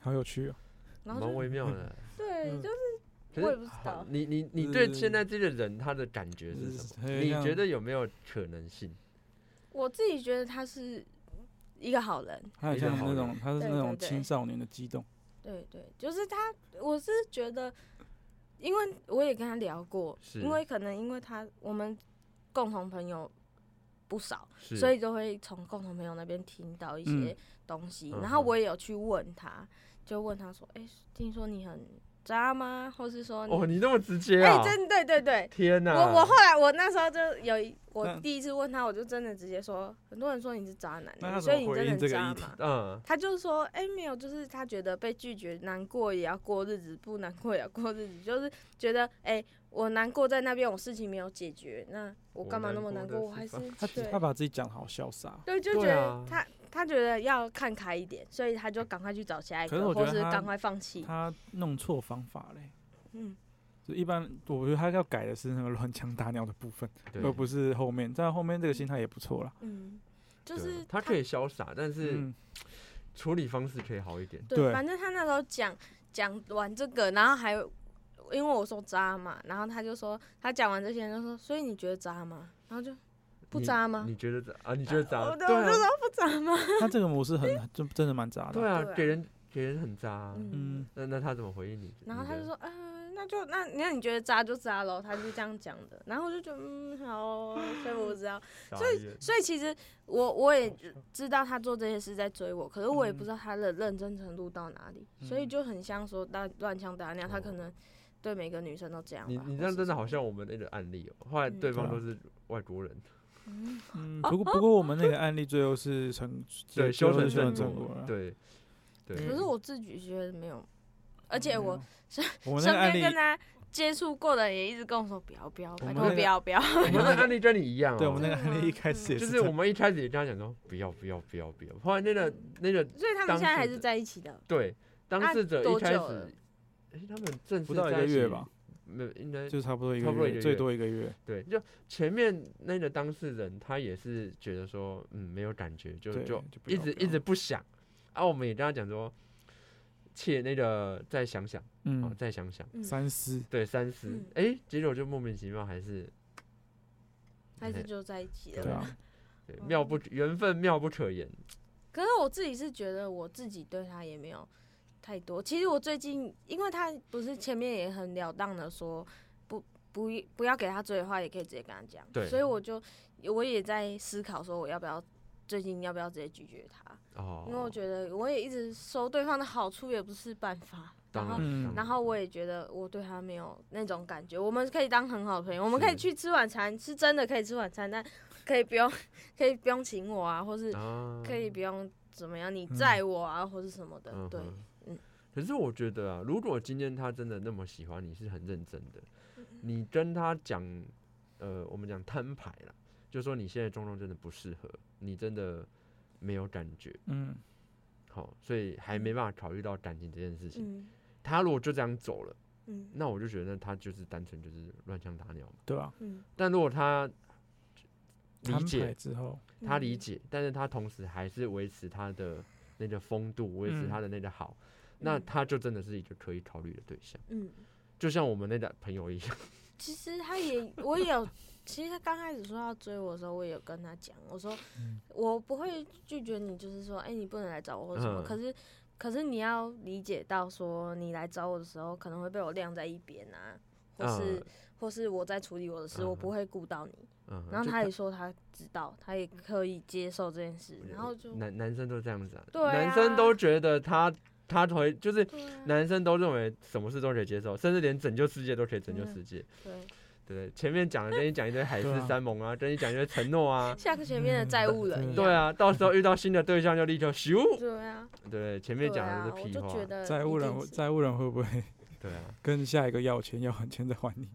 Speaker 4: 好有趣哦，
Speaker 6: 然后
Speaker 5: 蛮
Speaker 6: 就
Speaker 5: 微妙的。
Speaker 6: 对，
Speaker 4: 嗯
Speaker 6: 就是
Speaker 5: 可
Speaker 6: 我
Speaker 5: 是
Speaker 6: 也不知
Speaker 5: 好
Speaker 6: 道
Speaker 5: 你你你对
Speaker 4: 嗯
Speaker 5: 现在这个人他的感觉是什么？
Speaker 4: 嗯
Speaker 5: 你
Speaker 4: 像
Speaker 5: 觉得有没有可能性？
Speaker 6: 我自己觉得他是一个好人，
Speaker 4: 他很
Speaker 5: 非常
Speaker 4: 像
Speaker 5: 好
Speaker 4: 那种，他是
Speaker 6: 对
Speaker 4: 那
Speaker 6: 对
Speaker 4: 种
Speaker 6: 对
Speaker 4: 青少年的激动。
Speaker 6: 对对，就是他，我是觉得，因为我也跟他聊过，
Speaker 5: 是
Speaker 6: 因为可能因为他我们共同朋友不少，
Speaker 5: 是，
Speaker 6: 所以就会从共同朋友那边听到一些
Speaker 4: 嗯
Speaker 6: 东西，
Speaker 5: 嗯
Speaker 6: 然后
Speaker 5: 哼
Speaker 6: 我也有去问他，就问他说，哎、听说你很渣吗？或是说你，
Speaker 5: 哦，你那么直接
Speaker 6: 哎、
Speaker 5: 啊！
Speaker 6: 真对对对。
Speaker 5: 天
Speaker 6: 我
Speaker 5: 哪！
Speaker 6: 我后来我那时候就有一我
Speaker 4: 啊那
Speaker 6: 第一次问他，我就真的直接说，很多人说你是渣男
Speaker 4: 那
Speaker 6: 欸，
Speaker 4: 他
Speaker 6: 所
Speaker 4: 怎
Speaker 6: 以
Speaker 4: 么
Speaker 6: 你真的
Speaker 4: 回应
Speaker 6: 很
Speaker 4: 这个
Speaker 6: 渣
Speaker 4: 议题
Speaker 6: 吗？
Speaker 5: 嗯，
Speaker 6: 他就说：“哎、没有，就是他觉得被拒绝难过也要过日子，不难过也要过日子，就是觉得哎、我难过在那边，我事情没有解决，那我干嘛那么难过？
Speaker 5: 我
Speaker 6: 我
Speaker 5: 难
Speaker 6: 还
Speaker 5: 过
Speaker 6: 是
Speaker 5: 的
Speaker 4: 他
Speaker 6: 对
Speaker 4: 他把自己讲得好潇洒，
Speaker 6: 对，就觉
Speaker 5: 对
Speaker 6: 得
Speaker 5: 啊
Speaker 6: 他、他觉得要看开一点，所以他就赶快去找下一
Speaker 4: 可是
Speaker 6: 个，
Speaker 4: 我觉
Speaker 6: 或
Speaker 4: 得
Speaker 6: 是
Speaker 4: 他
Speaker 6: 赶快放弃。
Speaker 4: 他弄错方法嘞。
Speaker 6: 嗯，
Speaker 4: 就一般，我觉得他要改的是那个乱枪打鸟的部分，
Speaker 5: 对
Speaker 4: 而不是后面。但后面这个心态也不错啦。
Speaker 6: 嗯，就
Speaker 5: 对啊
Speaker 6: 是
Speaker 5: 他可以潇洒，但是
Speaker 4: 嗯，
Speaker 5: 处理方式可以好一点。
Speaker 6: 对，
Speaker 4: 对
Speaker 6: 反正他那时候讲讲完这个，然后还有因为我说渣嘛，然后他就说他讲完这些，就说所以你觉得渣吗？然后就不
Speaker 5: 你
Speaker 6: 渣吗？
Speaker 5: 你觉得渣啊？你觉得渣？
Speaker 6: 我就
Speaker 5: 对
Speaker 6: 哦我就
Speaker 5: 啊
Speaker 6: 说不渣吗？
Speaker 4: 他这个模式很，就真的蛮杂
Speaker 5: 对
Speaker 4: 的。
Speaker 5: 啊
Speaker 6: 对，啊
Speaker 5: 给人给人很渣啊。
Speaker 6: 嗯
Speaker 4: 嗯，，
Speaker 5: 那那他怎么回应你？
Speaker 6: 然后
Speaker 5: 你
Speaker 6: 他
Speaker 5: 的
Speaker 6: 就，说，嗯、那就那那你觉得渣就渣喽，他就这样讲的。然后我就觉得，嗯，好哦，所以我不知道。
Speaker 5: 所以
Speaker 6: 所以其实我我也知道他做这些事在追我，可是我也不
Speaker 4: 嗯
Speaker 6: 知道他的认真程度到哪里，所以
Speaker 4: 嗯
Speaker 6: 就很像说乱乱枪打鸟，他可
Speaker 5: 哦
Speaker 6: 能对每个女生都这样吧。
Speaker 5: 你你这
Speaker 6: 或
Speaker 5: 样
Speaker 6: 哦是
Speaker 5: 真的
Speaker 6: 什
Speaker 5: 好
Speaker 6: 么
Speaker 5: 像我们那个案例哦，后来
Speaker 6: 嗯
Speaker 5: 对
Speaker 4: 对
Speaker 5: 方
Speaker 4: 啊
Speaker 5: 都是外国人，
Speaker 6: 嗯
Speaker 4: 嗯，不过不过我们那个案例最后是成，
Speaker 5: 对，
Speaker 4: 修
Speaker 5: 修成
Speaker 4: 成
Speaker 5: 正
Speaker 4: 正
Speaker 5: 果
Speaker 4: 果了。
Speaker 6: (laughs)
Speaker 5: 对
Speaker 6: 可
Speaker 5: 对
Speaker 6: 是我自己觉得没有，而且
Speaker 4: 没
Speaker 6: 我
Speaker 4: 有我们那
Speaker 6: 身
Speaker 4: 个案
Speaker 6: 边
Speaker 4: 例
Speaker 6: 跟他接触过的人也一直跟我说，不要不要，拜
Speaker 4: 们
Speaker 6: 托
Speaker 4: 那
Speaker 6: 不
Speaker 4: 个
Speaker 6: 要不要。
Speaker 5: 我们那个案例跟你一样
Speaker 4: 对我们
Speaker 5: 哦，
Speaker 4: 那个
Speaker 6: 嗯
Speaker 4: 案例一开始也
Speaker 5: 就是是
Speaker 4: 这
Speaker 5: 我
Speaker 4: 样，
Speaker 5: 们一开始也跟他讲说不要不要不要不要，后来那个那个
Speaker 6: 所以他们
Speaker 5: 当
Speaker 6: 现在还
Speaker 5: 事
Speaker 6: 是
Speaker 5: 者
Speaker 6: 在一起的。
Speaker 5: 对当
Speaker 6: 嗯啊
Speaker 5: 事者一
Speaker 6: 多
Speaker 5: 开
Speaker 6: 久了
Speaker 5: 始，哎，他们正式
Speaker 4: 不到一
Speaker 5: 在
Speaker 4: 个
Speaker 5: 起
Speaker 4: 月吧，，
Speaker 5: 没有应该
Speaker 4: 就差不多一
Speaker 5: 差
Speaker 4: 个
Speaker 5: 不多一
Speaker 4: 月，
Speaker 5: 个月
Speaker 4: 最多一个月。
Speaker 5: 对，就前面那个当事人他也是觉得说，嗯，没有感觉，就
Speaker 4: 对
Speaker 5: 就
Speaker 4: 就不
Speaker 5: 一
Speaker 4: 要
Speaker 5: 直
Speaker 4: 不
Speaker 5: 一
Speaker 4: 要
Speaker 5: 直不想。啊，我们也跟他讲说，切那个再想想，哦
Speaker 4: 嗯，，
Speaker 5: 再想想，
Speaker 6: 嗯
Speaker 4: 三思。
Speaker 5: 对，三思
Speaker 6: 嗯。
Speaker 5: 哎、结果就莫名其妙还是
Speaker 6: 还是
Speaker 5: 嘿
Speaker 6: 就在一起了。
Speaker 4: 对啊，
Speaker 5: 对
Speaker 6: 嗯
Speaker 5: 妙不缘分妙不可言。
Speaker 6: 可是我自己是觉得我自己对他也没有太多。其实我最近，因为他不是前面也很了当的说不不不要给他追的话，也可以直接跟他讲。
Speaker 5: 对
Speaker 6: 所以我就我也在思考说我要不要。最近要不要直接拒绝他？
Speaker 5: 哦，
Speaker 6: 因为我觉得我也一直收对方的好处也不是办法，然
Speaker 5: 当
Speaker 6: 后
Speaker 5: 然，
Speaker 4: 嗯
Speaker 5: 当
Speaker 6: 然后我也觉得我对他没有那种感觉，我们可以当很好的朋友，我们
Speaker 5: 是
Speaker 6: 可以去吃晚餐，是真的可以吃晚餐，但可以不用， (laughs) 可以不用请我啊，或是
Speaker 5: 啊
Speaker 6: 可以不用怎么样，你载我啊，或是什么的，
Speaker 5: 嗯
Speaker 6: 对，
Speaker 5: 哼
Speaker 6: 嗯
Speaker 5: 可是我觉得啊，如果今天他真的那么喜欢你，是很认真的，
Speaker 6: 嗯
Speaker 5: 你跟他讲，呃，我们讲摊牌啦，就说你现在状况真的不适合，你真的没有感觉，
Speaker 4: 嗯，
Speaker 5: 好，所以还没办法考虑到感情这件事情。
Speaker 6: 嗯
Speaker 5: 他如果就这样走了，
Speaker 6: 嗯
Speaker 5: 那我就觉得他就是单纯就是乱枪打鸟嘛。
Speaker 4: 对啊吧？
Speaker 6: 嗯，
Speaker 5: 但如果他理
Speaker 4: 摊牌
Speaker 5: 解，
Speaker 4: 之后，
Speaker 6: 嗯
Speaker 5: 他理解，但是他同时还是维持他的那个风度，维持
Speaker 4: 嗯
Speaker 5: 他的那个好，那
Speaker 6: 嗯
Speaker 5: 他就真的是一个可以考虑的对象。
Speaker 6: 嗯，
Speaker 5: 就像我们那个朋友一样，
Speaker 6: 其实他也，我也有，其实他刚开始说要追我的时候，我也有跟他讲，我说、
Speaker 5: 嗯
Speaker 6: 我不会拒绝你，就是说，哎、你不能来找我或什么，
Speaker 5: 嗯
Speaker 6: 可是。可是你要理解到，说你来找我的时候，可能会被我晾在一边啊，或是、
Speaker 5: 嗯
Speaker 6: 或是我在处理我的事，我
Speaker 5: 嗯
Speaker 6: 不会顾到你。
Speaker 5: 嗯，
Speaker 6: 然后
Speaker 5: 就
Speaker 6: 他也说他知道，他也可以接受这件事，
Speaker 5: 嗯
Speaker 6: 然后就
Speaker 5: 男男生都这样子啊，
Speaker 6: 对啊
Speaker 5: 男生都觉得他他回就是
Speaker 6: 对啊
Speaker 5: 男生都认为什么事都可以接受，甚至连拯救世界都可以拯救
Speaker 6: 嗯
Speaker 5: 世界，
Speaker 6: 对
Speaker 5: 对不对？前面讲的跟你讲一堆海
Speaker 4: 对
Speaker 5: 誓
Speaker 4: 啊
Speaker 5: 山盟啊，跟你讲一堆承
Speaker 6: (laughs)，
Speaker 5: 诺啊
Speaker 6: 像个前面的债务人一样，
Speaker 5: 对啊，到时候遇到新的对象就立刻咻，
Speaker 6: 对啊，
Speaker 5: 对不对？前
Speaker 6: 对
Speaker 5: 面讲
Speaker 6: 啊，
Speaker 5: 的都
Speaker 6: 我
Speaker 5: 是屁
Speaker 6: 就
Speaker 5: 话
Speaker 6: 觉，得
Speaker 4: 债务人
Speaker 6: 一定
Speaker 4: 会
Speaker 6: 是
Speaker 4: 债务人会不会
Speaker 5: 对啊，
Speaker 4: (laughs) 跟下一个要钱，要完钱再还你？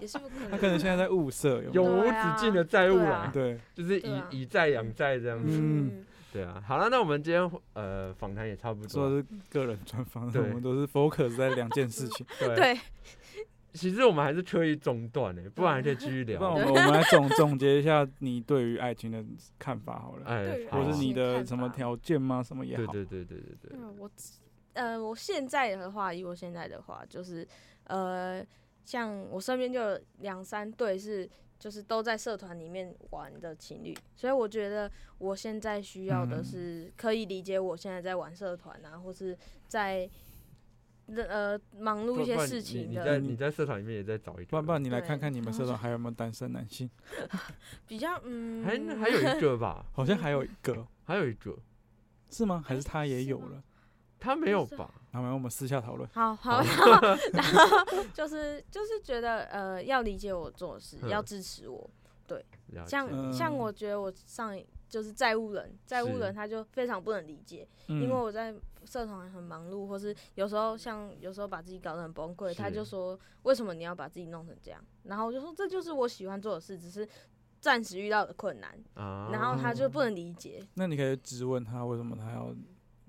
Speaker 6: 也是不
Speaker 5: (laughs)
Speaker 6: 可
Speaker 4: 他
Speaker 6: 能
Speaker 4: 可能
Speaker 6: (laughs)
Speaker 4: 现在在物色，有没
Speaker 5: 永
Speaker 4: 有？
Speaker 5: 无
Speaker 6: 对
Speaker 5: 止
Speaker 6: 啊
Speaker 5: 境的债务
Speaker 6: 对
Speaker 5: 啦
Speaker 6: 啊，
Speaker 4: 对，
Speaker 5: 就是以、
Speaker 6: 对啊
Speaker 5: 以债养债这样子，
Speaker 4: 嗯，
Speaker 5: 对啊。好了，那我们今天呃访谈也差不
Speaker 4: 说
Speaker 5: 多了，
Speaker 4: 是个人专访，
Speaker 5: 对
Speaker 4: 我们都是 focus 在两件事情，
Speaker 5: 对，
Speaker 6: 对，
Speaker 5: 其实我们还是刻意中断的、不然还可以继续
Speaker 4: 不然
Speaker 5: 聊
Speaker 4: 我。们我们来总总结一下你对于爱情的看法好了，
Speaker 5: 哎
Speaker 6: 对，
Speaker 5: 好
Speaker 4: 或
Speaker 5: 啊
Speaker 4: 是你的
Speaker 6: 看
Speaker 4: 什么
Speaker 6: 法
Speaker 4: 条件吗？什么也
Speaker 5: 对
Speaker 4: 好，
Speaker 5: 对对对对对，
Speaker 6: 嗯，我自呃，我现在的话，以我现在的话，就是呃，像我身边就有两三对是，就是都在社团里面玩的情侣，所以我觉得我现在需要的
Speaker 4: 嗯
Speaker 6: 是可以理解我现在在玩社团啊，或是在呃忙
Speaker 5: 不
Speaker 6: 碌一些
Speaker 5: 不然
Speaker 6: 事
Speaker 5: 你
Speaker 6: 情
Speaker 5: 你
Speaker 6: 的
Speaker 5: 在你在社团里面也在找一
Speaker 4: 不
Speaker 5: 个
Speaker 4: 然不
Speaker 5: 吧，
Speaker 4: 然你来看
Speaker 6: 对
Speaker 4: 看你们社
Speaker 6: 然后
Speaker 4: 团还有没有单身男性？
Speaker 6: 比较嗯，
Speaker 5: 还还有一个吧，
Speaker 4: 好像还有一个
Speaker 5: 还有一个，
Speaker 4: 是吗？还是
Speaker 6: 哎
Speaker 4: 他也
Speaker 6: 是
Speaker 4: 有
Speaker 6: 吗
Speaker 4: 了？
Speaker 5: 他没有
Speaker 6: 不是
Speaker 5: 吧？
Speaker 4: 然后我们私下讨论。
Speaker 6: 好好，然后 (laughs) 然后就是就是觉得呃要理解我做的事，要
Speaker 5: 嗯
Speaker 6: 支持我，
Speaker 5: 了解，
Speaker 6: 像像
Speaker 4: 嗯
Speaker 6: 我觉得我上一就是债务人，债务
Speaker 5: 是嗯
Speaker 6: 人他就非常不能理解，因
Speaker 4: 因
Speaker 6: 为我在社团很忙碌，或是有时候像有时候把自己搞得很崩溃，他
Speaker 5: 是
Speaker 6: 就说为什么你要把自己弄成这样？然后我就说这就是我喜欢做的事，只是暂时遇到的困难，
Speaker 5: 啊，
Speaker 6: 然后他就
Speaker 4: 哦
Speaker 6: 不能理解，
Speaker 4: 那你可以质问他为什么他要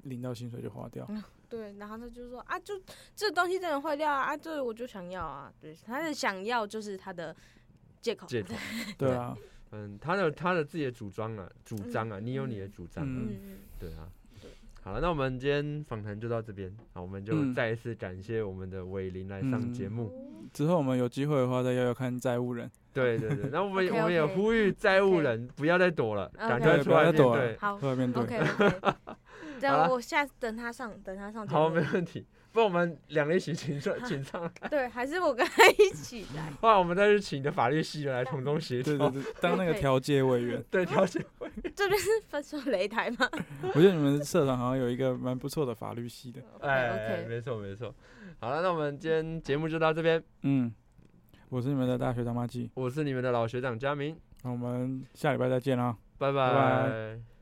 Speaker 4: 领到薪水就花掉？
Speaker 6: 对，然后他就说啊，就这东西真的坏掉啊，啊，这我就想要啊，对，他的想要就是他的借口，
Speaker 5: 借口，
Speaker 4: 对啊，
Speaker 5: 嗯，他的他的自己的主张啊，主张啊，你有你的主张啊，
Speaker 4: 嗯
Speaker 6: 嗯
Speaker 5: 对啊
Speaker 6: 对。
Speaker 5: 好了，那我们今天访谈就到这边，好，我们就
Speaker 4: 嗯
Speaker 5: 再一次感谢我们的伟林来上节
Speaker 6: 嗯
Speaker 5: 目。
Speaker 6: 哦，
Speaker 4: 之后我们有机会的话再要要看债务人。
Speaker 5: 对对对，那我们
Speaker 6: OK，OK
Speaker 5: 我们也呼吁债务
Speaker 6: OK
Speaker 5: 人不要再躲了，赶
Speaker 6: OK
Speaker 5: 快
Speaker 4: 对
Speaker 5: 出
Speaker 4: 不要
Speaker 5: 来
Speaker 4: 再
Speaker 5: 面
Speaker 4: 躲了
Speaker 5: 对。
Speaker 6: 好，
Speaker 4: 后面对，
Speaker 6: 哦 OK
Speaker 5: (laughs)
Speaker 6: OK，这
Speaker 5: 好
Speaker 6: 样
Speaker 5: 啦
Speaker 6: 我下次等他上，等他上节
Speaker 5: 好，
Speaker 6: 目。
Speaker 5: 没问题。不然我们两个一起
Speaker 6: (laughs)
Speaker 5: 请上，请上来，
Speaker 6: 对，还是我跟他一起来。
Speaker 5: (laughs) 不然我们再去请你的法律系的来从中协
Speaker 4: 对对
Speaker 5: 调，
Speaker 4: 对，当那个调解委员，
Speaker 5: (laughs)
Speaker 6: (laughs)
Speaker 5: 对调解。
Speaker 6: 这边是分手擂台吗？
Speaker 4: 我觉得你们社团好像有一个蛮不错的法律系的。
Speaker 5: 哎
Speaker 6: OK，
Speaker 5: 没错没错。好了，那我们今天节目就到这边，
Speaker 4: 嗯，我是你们的大学大妈鸡，
Speaker 5: 我是你们的老学长佳明，
Speaker 4: 啊那我们下礼拜再见啦。
Speaker 5: 拜
Speaker 4: 拜
Speaker 5: 拜